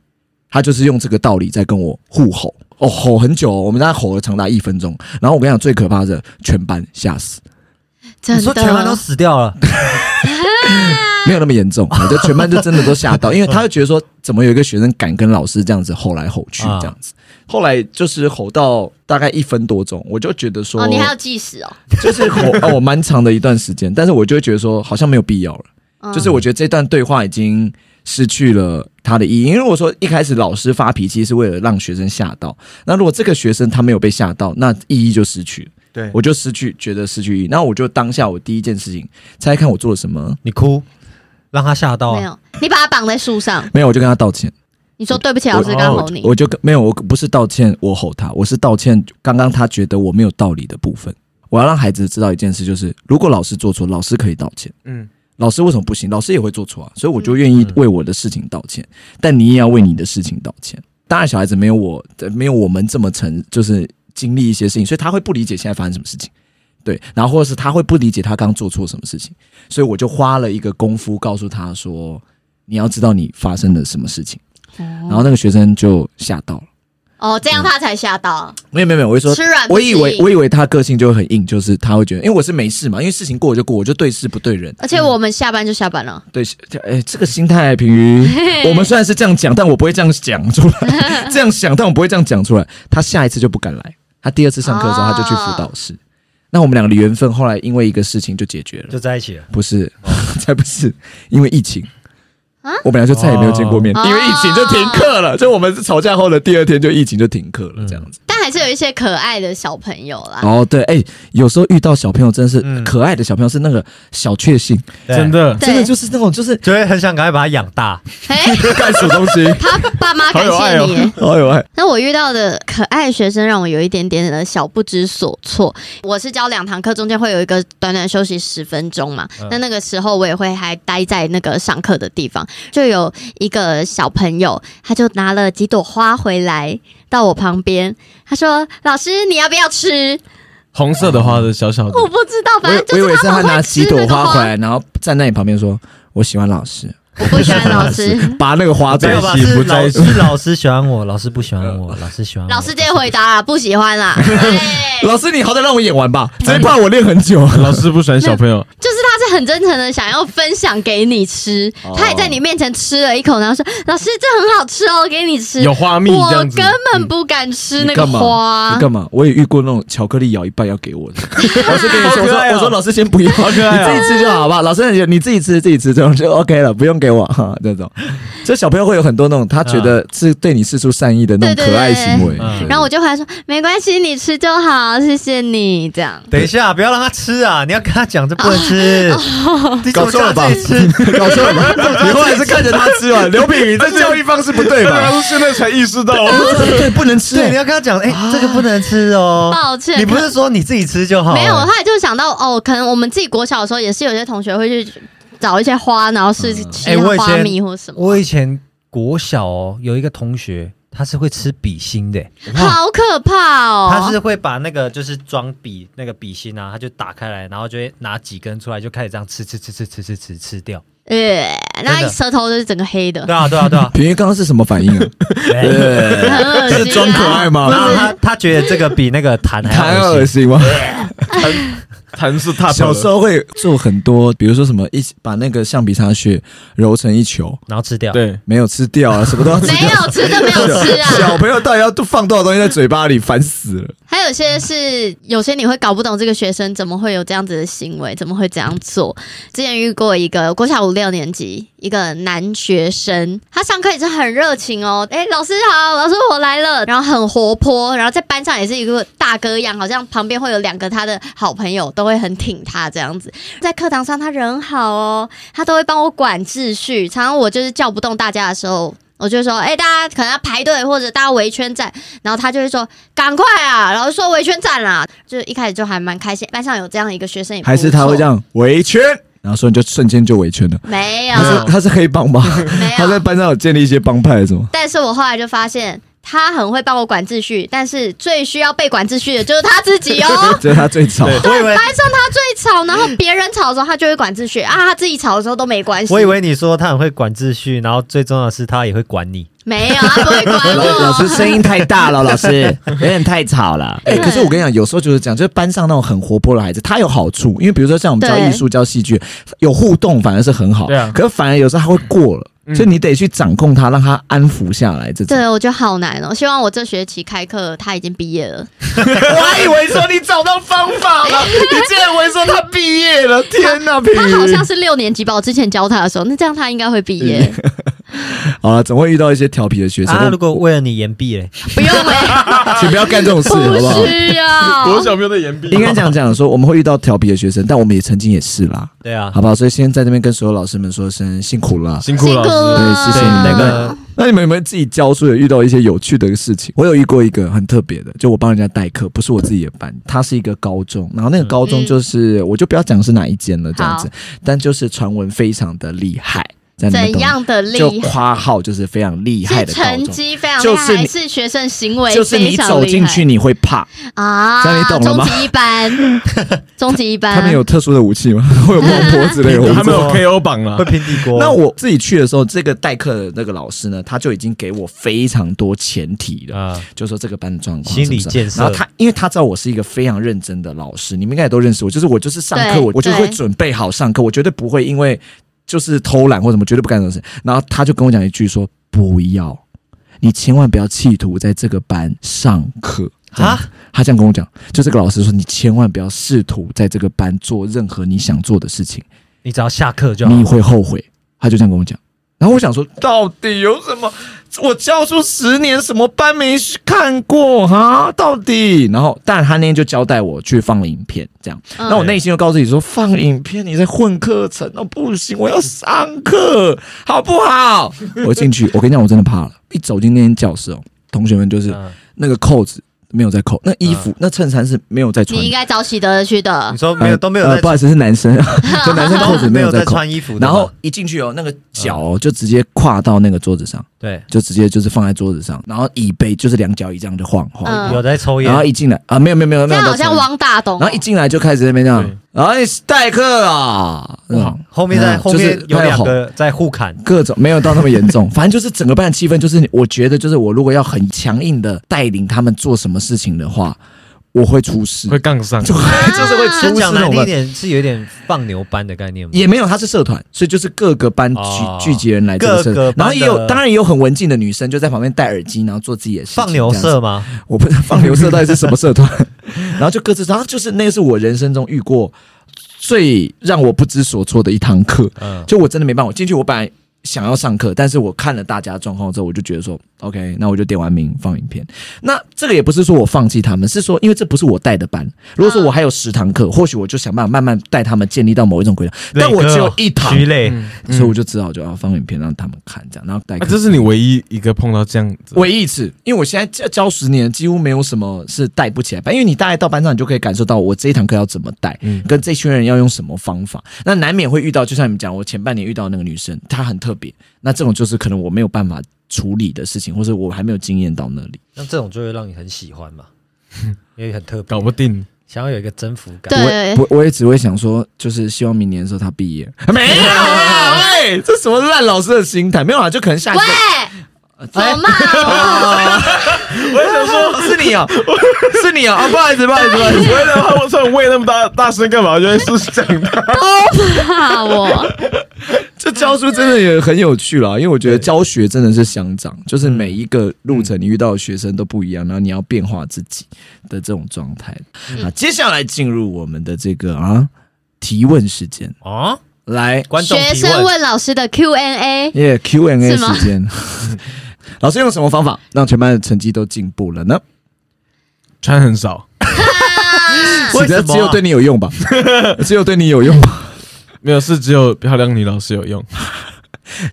A: 他就是用这个道理在跟我互吼，哦，吼很久、哦，我们大概吼了长达一分钟。然后我跟你讲，最可怕的，全班吓死。
D: 真
B: 你
D: 的
B: 说全班都死掉了，
A: 没有那么严 重，就全班就真的都吓到，因为他就觉得说，怎么有一个学生敢跟老师这样子吼来吼去
B: 啊
A: 这样子。后来就是吼到大概一分多钟，我就觉得说，
D: 哦，你还要计时哦，
A: 就是 吼哦，蛮长的一段时间，但是我就会觉得说，好像没有必要了。
D: 嗯
A: 就是我觉得这段对话已经失去了它的意义，因为我说一开始老师发脾气是为了让学生吓到，那如果这个学生他没有被吓到，那意义就失去了，
C: 对
A: 我就失去觉得失去意义。那我就当下我第一件事情，猜猜看我做了什么？
B: 你哭，让他吓到
D: 没
B: 啊。
D: 有，你把他绑在树上，
A: 没有，我就跟他道歉。
D: 你说对不起，老师
C: 我
D: 刚吼你，
A: 哦我就跟没有，我不是道歉，我吼他，我是道歉刚刚他觉得我没有道理的部分。我要让孩子知道一件事，就是如果老师做错，老师可以道歉。
C: 嗯，
A: 老师为什么不行？老师也会做错啊，所以我就
D: 嗯
A: 愿意为我的事情道歉，但你也要为你的事情道歉。
D: 嗯
A: 当然，小孩子没有我，呃没有我们这么成，就是经历一些事情，所以他会不理解现在发生什么事情，对，然后或者是他会不理解他刚做错什么事情，所以我就花了一个功夫告诉他说，你要知道你发生了什么事情，然后那个学生就吓到了。
D: 哦，这样他才吓到，
A: 没有没有没有，我会说
D: 吃软不
A: 我以为
D: 硬
A: 我以为他个性就很硬，就是他会觉得，因为我是没事嘛，因为事情过了就过，我就对事不对人。
D: 而且我们下班就下班了，
A: 对，哎，这个心态，平鱼，我们虽然是这样讲，但我不会这样讲出 来，这样想，但我不会这样讲出来。他下一次就不敢来，他第二次上课的时候，
D: 哦
A: 他就去辅导室。那我们两个的缘分后来因为一个事情就解决了，
B: 就在一起了，
A: 不是，
D: 哦
A: 才不是，因为疫情。我们俩就再也没有见过面，
D: 啊哦
A: 因为疫情就停课了。就我们吵架后的第二天就疫情就停课了，这样子。
D: 但还是有一些可爱的小朋友啦，
A: 哦，对，哎、有时候遇到小朋友真是、
B: 嗯
A: 可爱的小朋友，是那个小确幸，
B: 对
C: 真的
D: 对
A: 真的就是那种就是
B: 就会很想赶快把他养大。
D: 哎，
A: 干什么东西， 哎
D: 他爸妈感
C: 好有
D: 谢
C: 爱哦
D: 你耶。
A: 好有爱。
D: 那我遇到的可爱学生让我有一点点的小不知所措。我是教两堂课，中间会有一个短短休息十分钟嘛。
A: 嗯
D: 那那个时候我也会还待在那个上课的地方，就有一个小朋友，他就拿了几朵花回来到我旁边，他说：“老师，你要不要吃
C: 红色的花的小小？”的，
D: 我不知道，
A: 我
D: 反正
A: 我以
D: 就
A: 为
D: 是
A: 是
D: 他
A: 他
D: 们
A: 拿
D: 会
A: 几
D: 吃
A: 朵
D: 那个
A: 花回
D: 花。
A: 来，然后站在你旁边说：“我喜欢老师。”
D: 我不喜欢老师。
A: 拔那个花
B: 没
A: 在
B: 有
A: 一
B: 吧？
A: 起，
B: 是
A: 不在
B: 老
A: 一起。
B: 是老师喜欢我，老师不喜欢 我，老师喜欢我
D: 老师直接回答啦，不喜欢啦。哎
A: 老师，你好歹让我演完吧，这一怕我练很久。
C: 老师不喜欢小朋友，
D: 就是他是很真诚的想要分享给你吃，
A: 哦
D: 他也在你面前吃了一口，然后说：“老师，这很好吃哦，给你吃。”
C: 有花蜜这
D: 我
C: 样子
D: 根。本不敢吃那
A: 你
D: 个
A: 干嘛？
D: 花
A: 你。干嘛？我也遇过那种巧克力咬一半要给我 的，老师跟你说，
C: 好
A: 我
C: 可
A: 说
C: 爱哦
A: 我说老师先不要，你
C: 可爱哦
A: 自己吃就好吧。老师你你自己吃自己吃，这种就 OK 了，不用给我哈这种。就小朋友会有很多那种他觉得是对你示出善意的那种
D: 对
A: 可
D: 对
A: 爱
D: 对
A: 行为。
B: 嗯
A: 对
D: 然后我就回来说：“没关系，你吃就好，谢谢你。”这样
B: 等一下，不要让他吃啊！你要跟他讲，这不能 吃。你怎
A: 搞
B: 么
A: 错了
B: 叫
A: 吧
B: 他自己 吃？
A: 搞错了吧？你后来是看着他吃啊 完，刘品宇这教育方式不对吧？
C: 是现在才意识到，
A: 对，不能吃
B: 对，你要跟他讲，哎，
A: 啊
B: 这个不能吃 哦。
D: 抱歉
B: 你不是说你自己吃就好了？欸
D: 没有，他也就想到哦，可能我们自己国小的时候也是有些同学会去找一些花，然后是
B: 哎
D: 吃
B: 我以
D: 花
B: 前
D: 蜜或什么，
B: 我以前国小哦，有一个同学，他是会吃笔芯的，
D: 好可怕哦！
B: 他是会把那个就是装笔那个笔芯啊，他就打开来，然后就会拿几根出来，就开始这样吃吃吃吃吃吃吃吃 掉。
D: 呃，那
B: 真的
D: 舌头就是整个黑的，
B: 对啊，对啊，对啊。
A: 品宇刚刚是什么反应啊？
B: 对
A: 对，
D: 很恶
A: 这
D: 心、啊。
A: 是装可爱 吗？
B: 然后他他觉得这个比那个痰还
A: 太
B: 要
A: 恶
B: 恶心。
A: 心吗？
C: 弹是 踏
A: 小时候会做很多，比如说什么一起把那个橡皮擦屑揉成一球，
B: 然后吃掉，
C: 对，
A: 没有吃掉啊，什么都要吃掉。
D: 没有吃 的没有吃 啊，
A: 小朋友到底要放多少东西在嘴巴里，烦死了。
D: 还有些是有些你会搞不懂这个学生怎么会有这样子的行为，怎么会这样做。之前遇过一个国小五六年级一个男学生，他上课也是很热情哦，哎，老师好，老师我来了，然后很活泼，然后在班上也是一个大哥样，好像旁边会有两个他的好朋友都会很挺他这样子。在课堂上他人好哦，他都会帮我管秩序，常常我就是叫不动大家的时候。我就说，哎、大家可能要排队，或者大家围圈站，然后他就会说，赶快啊！然后说围圈站啦，就一开始就还蛮开心，班上有这样一个学生也不
A: 还是他会
D: 错
A: 这样围圈，然后说你就瞬间就围圈了。
D: 没有
A: 他是他是黑帮吧？
D: 没
A: 他在
D: 有，
A: 班上有建立一些帮派是吗？。
D: 但是我后来就发现他很会帮我管秩序，但是最需要被管秩序的就是他自己哦
A: 这是他最吵。
C: 对
B: 我以为
D: 班上他最吵，然后别人吵的时候他就会管秩序啊，他自己吵的时候都没关系。
B: 我以为你说他很会管秩序，然后最重要的是他也会管你。
D: 没有，他不会管 哦我。
A: 声音太大 了，老师有点太吵了。哎、可是我跟你讲，有时候就是这样，就是班上那种很活泼的孩子，他有好处，因为比如说像我们教
D: 对
A: 艺术、教戏剧，有互动反而是很好。
C: 对啊
A: 可是反而有时候他会过了，
C: 嗯
A: 所以你得去掌控他，让他安抚下来。这种。
D: 对，我觉得好难哦。希望我这学期开课他已经毕业 了，
A: 我还以为说你找到方法 了，你竟然以为说他毕业了，天 哪！平
D: 他好像是六年级吧，我之前教他的时候，那这样他应该会毕 业。
A: 好了，总会遇到一些调皮的学生。
B: 啊，如果为了你延毕嘞，
D: 不用哎、
A: 请不要干这种事，好
D: 不
A: 啊不好？
D: 需要。
C: 国小没有在延毕，
A: 应该这样讲说，我们会遇到调皮的学生，但我们也曾经也是啦，
B: 对啊，
A: 好不好？所以先在这边跟所有老师们说声辛苦了。
C: 辛苦
D: 辛
C: 老
D: 苦
C: 师。
D: 了，
A: 对谢谢
B: 对
A: 你
B: 那个
A: 那你们有没有自己教书也遇到一些有趣的事情？我有遇过一个很特别的，就我帮人家代课，不是我自己的班，他是一个高中，然后那个高中就是、
D: 嗯
A: 我就不要讲是哪一间了，这样子，但就是传闻非常的厉害，在那边
D: 怎样的
A: 就
D: 厉害？
A: 夸号就是非常厉害
D: 是
A: 的高
D: 成
A: 中。
D: 绩非常
A: 就
D: 厉
A: 是
D: 害，
A: 你
D: 还是学生行为
A: 就是你
D: 非常
A: 走进
D: 厉害
A: 去你会怕，
D: 啊，
A: 这样你懂了吗
D: 终极一 班，终极一班，
A: 他们有特殊的武器吗？会有孟婆 之类的武
C: 他
A: 器
C: 们有
A: 吗？
C: KO 榜啊了
B: 会，平底锅。
A: 那我自己去的时候，这个代课的那个老师呢，他就已经给我非常多前提了，
B: 啊，
A: 就说这个班的状况，
B: 心理建设
A: 然后他，因为他知道我是一个非常认真的老师，你们应该也都认识我，就是我就是上课
D: 对
A: 我我就会
D: 对
A: 准备好上课，我绝对不会因为就是偷懒或什么，绝对不干这种事。然后他就跟我讲一句说：“不要，你千万不要企图在这个班上课。”啊
B: 啊！
A: 他这样跟我讲，就这个老师说，你千万不要试图在这个班做任何你想做的事情，
B: 你只要下课就好。
A: 你会后悔。他就这样跟我讲，然后我想说，到底有什么？我教书十年，什么班没看过哈？到底？然后，但他那天就交代我去放影片，这样。
D: 嗯
A: 那我内心就告诉你说，放影片你在混课程，哦不行，我要上课，好不好？ 我进去，我跟你讲，我真的怕了。一走进那间教室哦，同学们就是
B: 嗯
A: 那个扣子没有在扣，那衣服、那衬衫是没有在穿
D: 你应
A: 的。
D: 该早起得去的
B: 你，说没有都没有
A: 呃
B: 在
A: 呃，不好意思，是男 生，就男生扣子
B: 都
A: 没
B: 没
A: 有
B: 有
A: 在
B: 在
A: 扣。
B: 穿衣服的吗，
A: 然后一进去哦，那个脚哦就直接跨到那个桌子上，
B: 对
A: 就直接就是放在桌子上，然后椅背就是两脚一这样就晃晃。
D: 嗯
B: 有在抽烟
A: 然后，一进来啊，没有没有没有
D: 这
A: 没有，
D: 样好像王大董哦，
A: 然后一进来就开始在那边这样
C: 对
A: 哎，代课啊，嗯，
B: 后面在
A: 嗯
B: 后
A: 就是
B: 面有
A: 他
B: 两
A: 吼
B: 个在互砍，
A: 各种没有到那么严重， 反正就是整个班的气氛，就是我觉得就是我如果要很强硬的带领他们做什么事情的话，我会出事，
C: 会杠上
A: 就就是会
B: 就
A: 出事
B: 讲
A: 那种
B: 难听一
A: 的。
B: 点是有点放牛班的概念嘛，
A: 也没有，他是社团，所以就是各个班聚、
B: 哦
A: 聚集人来这个社
B: 各个
A: 团，然后
B: 班
A: 也有
B: 的
A: 当然也有很文静的女生就在旁边戴耳机，然后做自己的事情。
B: 放牛
A: 这样子
B: 社吗？
A: 我不知道放牛社到底是什么社团， 然后就各自，然后就是那个是我人生中遇过最让我不知所措的一堂课，
B: 嗯，
A: 就我真的没办法，我进去我本来想要上课，但是我看了大家的状况之后，我就觉得说，OK，那我就点完名放影片。那这个也不是说我放弃他们，是说因为这不是我带的班，如果说我还有十堂课，或许我就想办法慢慢带他们建立到某一种轨道，但我只有一堂。
B: 徐磊，
C: 嗯
A: 所以我就只好就要啊放影片让他们看，这样，然后带
C: 啊，
A: 课。
C: 这是你唯一一个碰到这样子，
A: 唯一一次，因为我现在教教十年，几乎没有什么是带不起来班，因为你大概到班上，你就可以感受到我这一堂课要怎么带，
C: 嗯
A: 跟这群人要用什么方法。那难免会遇到，就像你们讲，我前半年遇到那个女生，她很特别，那这种就是可能我没有办法处理的事情，或者我还没有经验到那里。
B: 那这种就会让你很喜欢嘛，因为很特别，
C: 搞不定，
B: 想要有一个征服感。
D: 对
A: 我我我也只会想说，就是希望明年的时候她毕 业，没有啊，喂，这什么烂老师的心态？没有啊，就可能下一
D: 喂
A: 次。，
D: 怎么骂哦 我？
A: 我也想说，是你哦，是你哦，啊，不好意思，不好意思，不好意思。
C: 不会的话，我突然喂那么大大声干嘛？我觉得是这样的。
D: 都骂我？
A: 这教书真的也很有趣啦，因为我觉得教学真的是相长，就是
B: 嗯
A: 每一个路程你遇到的学生都不一样，然后你要变化自己的这种状态。
B: 嗯
A: 啊，接下来进入我们的这个啊提问时间，
B: 啊，
A: 来，
B: 观众
D: 学
B: 提
D: 生问老师的 Q&A，
A: 耶、Q&A
D: 是吗
A: 时间， 老师用什么方法让全班的成绩都进步了呢？
C: 穿很少，
A: 只有
B: 为什么啊
A: 只有对你有用 吧？只有对你有用吧？
C: 没有是只有漂亮女老师有用，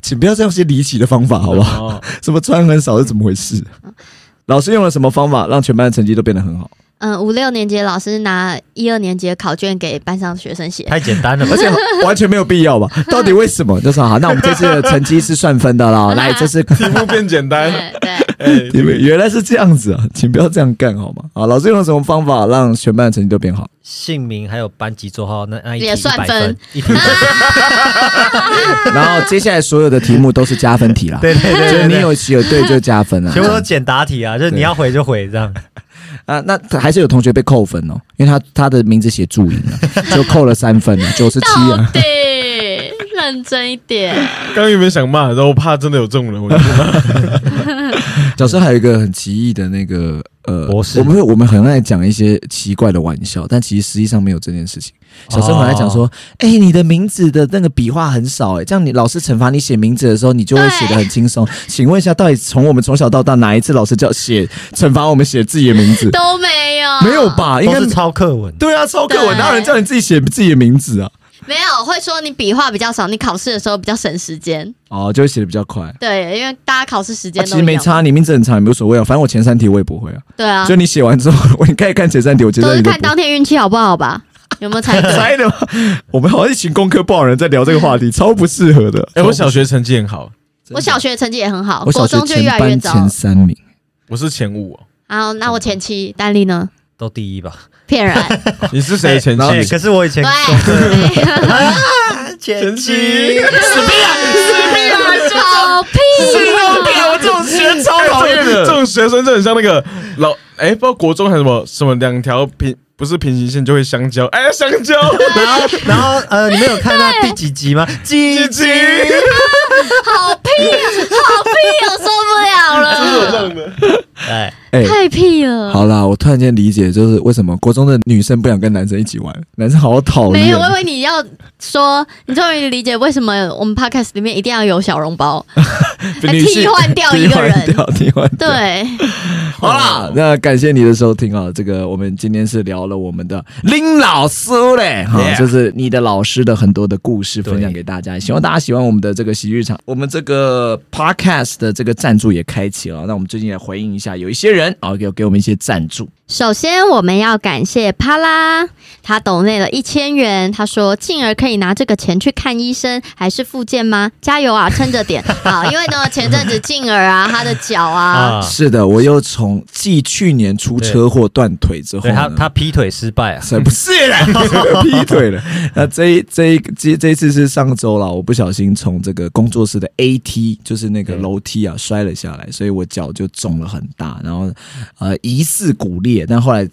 A: 请不要再用一些离奇的方法，好不好？
C: 哦，
A: 什么穿很少是怎么回事？老师用了什么方法让全班的成绩都变得很好？
D: 嗯，五六年级的老师拿一二年级的考卷给班上学生写，
B: 太简单了吧，
A: 而且 完全没有必要吧？到底为什么？就是好，那我们这次的成绩是算分的啦。来，这是
C: 题目变简单，
D: 对对，
C: 哎，
A: 你们 原来是这样子啊，请不要这样干好吗？啊，老师用了什么方法让全班的成绩都变好？
B: 姓名还有班级座号，那那一题
D: 也算
B: 100
D: 分
B: 分，一题100
A: 然后接下来所有的题目都是加分题啦，
B: 对对
A: 就
B: 对
A: 是
B: 对
A: 你
B: 对，
A: 有有对就加分啊
B: 全部都简答题啊，就是你要回就回这样。
A: 啊。那还是有同学被扣分哦，因为他他的名字写注音啊，就扣了三分啊，九十七
D: 到
A: 啊。
D: 底认真一点。
C: 刚刚有没有想骂？然后我怕真的有这种人，我就
A: 小时候还有一个很奇异的那个呃，
B: 博士
A: 我们我们很爱讲一些奇怪的玩笑，但其实实际上没有这件事情。小时候很爱讲
B: 哦
A: 说，哎、你的名字的那个笔画很少、哎，这样你老师惩罚你写名字的时候，你就会写的很轻 松。请问一下，到底从我们从小到大哪一次老师叫写惩罚我们写自己的名字？
D: 都没有，
A: 没有？吧？应
B: 啊都
A: 该
B: 是抄课文，
A: 对啊，超课文，
D: 对
A: 哪有人叫你自己写自己的名字啊？
D: 没有，会说你笔画比较少，你考试的时候比较省时间。
A: 哦，就会写的比较快。
D: 对，因为大家考试时
A: 啊、
D: 间
A: 其
D: 都一
A: 实
D: 样
A: 没。差，你名字很长也无所谓啊，反正我前三题我也不会啊。
D: 对啊
A: 就，你写完之后， 我你开始看前三题，我前
D: 都
A: 三
D: 是
A: 题都
D: 看
A: 不会
D: 当天运气好不好 吧？有没有才能？
A: 猜的吗？我们好像一群工科不好人在聊这个话题，超不适合的。
C: 哎，我小学成绩很好，
D: 我小学成绩也很好，
A: 我小
D: 哦国
A: 学
D: 中就
A: 前
D: 越来越
A: 班
D: 糟。
A: 前三名，
C: 我是前五哦。
D: 好，那我前期丹 丽呢？
B: 都第一吧。
D: 骗人，
C: 你是谁的前
A: 然后
B: 哎
C: 妻？
B: 可是我以前
D: 对，
B: 前
C: 妻
A: 啊
D: 搞屁！啊
A: 我这种学超讨厌
C: 哎这。种学生就很像那个老哎，不知道国中还是什么什么两条平不是平行线就会相交，哎，相 交，
B: 然后然后呃，你们有看到第几集吗？
C: 鸡
B: 鸡
C: 鸡，
D: 好屁，啊好屁，我受不了了，
B: 哎，
A: 哎，
D: 太屁了。
A: 好啦，我突然间理解，就是为什么国中的女生不想跟男生一起玩，男生好讨厌。
D: 没有，我以为你要说，你终于理解为什么我们 podcast 里面一定要有小笼 包，呃
A: 女性
D: 替换掉一个人
A: 替换掉，替换掉。
D: 对，
A: 好啦，那感谢你的收听啊！这个我们今天是聊了我们的林老师嘞，哈
C: Yeah
A: 就是你的老师的很多的故事
B: 对
A: 分享给大家，希望大家喜欢我们的这个喜剧日常。我们这个 podcast 的这个赞助也开启了，那我们最近来回应一下，有一些人啊给给我们一些赞助。
D: 首先，我们要感谢帕拉，他抖内了一千元。他说：“进而可以拿这个钱去看医生，还是复健吗？加油啊，撑着 点！好，因为呢，前阵子进而啊，他的脚啊，
B: 啊，
A: 是的，我又从继去年出车祸断腿之后
B: 对
A: 呢，
B: 他他劈腿失败啊，
A: 才不 是啦， 劈腿了。那这一这一这这一次是上周啦，我不小心从这个工作室的 AT，就是那个楼梯啊摔了下来，所以我脚就肿了很大，然后呃疑似骨裂，但后来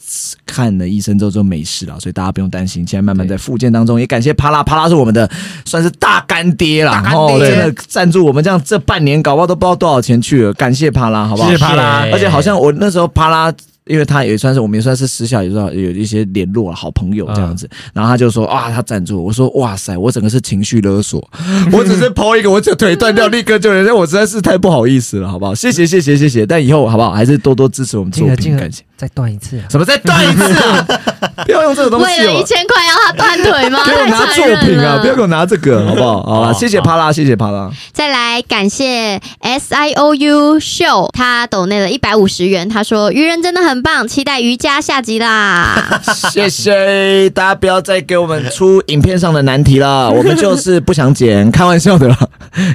A: 看了医生之后就没事了，所以大家不用担心。现在慢慢在复健当中，也感谢帕拉，帕拉是我们的算是大干爹啦，然后真的赞助我们这样这半年搞不好都不知道多少钱去了，感谢帕拉，好不好？
B: 谢谢帕拉
A: 而且好像我那时候帕拉。因为他也算是我们也算是私下有有一些联络好朋友这样子，然后他就说啊，他赞助我，我说哇塞，我整个是情绪勒索， 我只是抛一个，我这腿断掉，立刻救人，但我实在是太不好意思了，好不好？谢谢谢谢谢谢，但以后好不好，还是多多支持我们作
B: 进而
A: 品，
B: 进而
A: 感谢。
B: 再断一次啊，
A: 什么再断一次啊？ 不要用这个东
D: 为
A: 西
D: 了一
A: 哦，
D: 千块要他断腿吗？
A: 给我
D: 太
A: 拿
D: 残
A: 作
D: 忍
A: 品啊，
D: 了
A: 不要给我拿这个，好不好？好啦，
B: 好
A: 谢谢帕拉，谢谢帕拉。
D: 再来感谢 S I O U 秀，他抖内了一百五十元。他说：“愚人真的很棒，期待瑜伽下 集啦。
A: 谢谢大家，不要再给我们出影片上的难题了，我们就是不想剪，开玩笑的啦，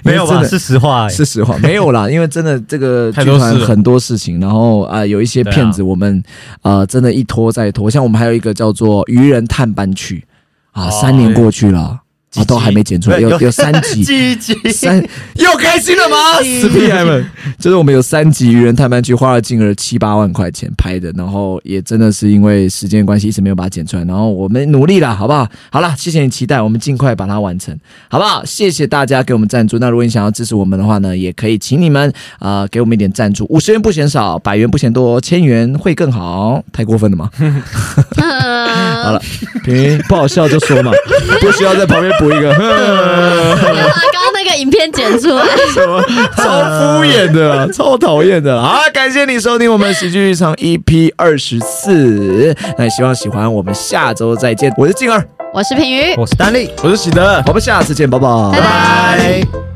B: 没有
A: 因
B: 吧？
A: 为真的
B: 是实话欸，
A: 是实话，没有啦，因为真的这个剧
C: 太多事
A: 团
C: 了
A: 很多事情，然后啊、呃有一些
B: 对啊
A: 骗子，我们啊、呃真的一拖再拖，像我们还有一个叫做《愚人探班区》啊，
B: 哦
A: 三年过去了。啊，都还没剪出来，有有三 集，
B: 积极，
A: 三又开心 了吗？死屁孩们！就是我们有三集《愚人探班区》，花了进而七八万块钱拍的，然后也真的是因为时间关系一直没有把它剪出来，然后我们努力了，好不好？好了，谢谢你期待，我们尽快把它完成，好不好？谢谢大家给我们赞助。那如果你想要支持我们的话呢，也可以请你们啊、呃给我们一点赞助，五十元不嫌少，百元不嫌多，千元会更好。太过分了吗？
D: 嗯
A: 好了，平 不好笑就说嘛，不需要在旁边补一个。
D: 没有把刚刚那个影片剪出来。
A: 什么超敷衍的啊、超讨厌的啊！好啊感谢你收听我们喜剧日常 EP 二十四，那也希望喜欢，我们下周再见。我是静儿，
D: 我是平鱼，
B: 我是丹力。
C: 我是喜德。
A: 我们下次见，拜拜
D: 拜拜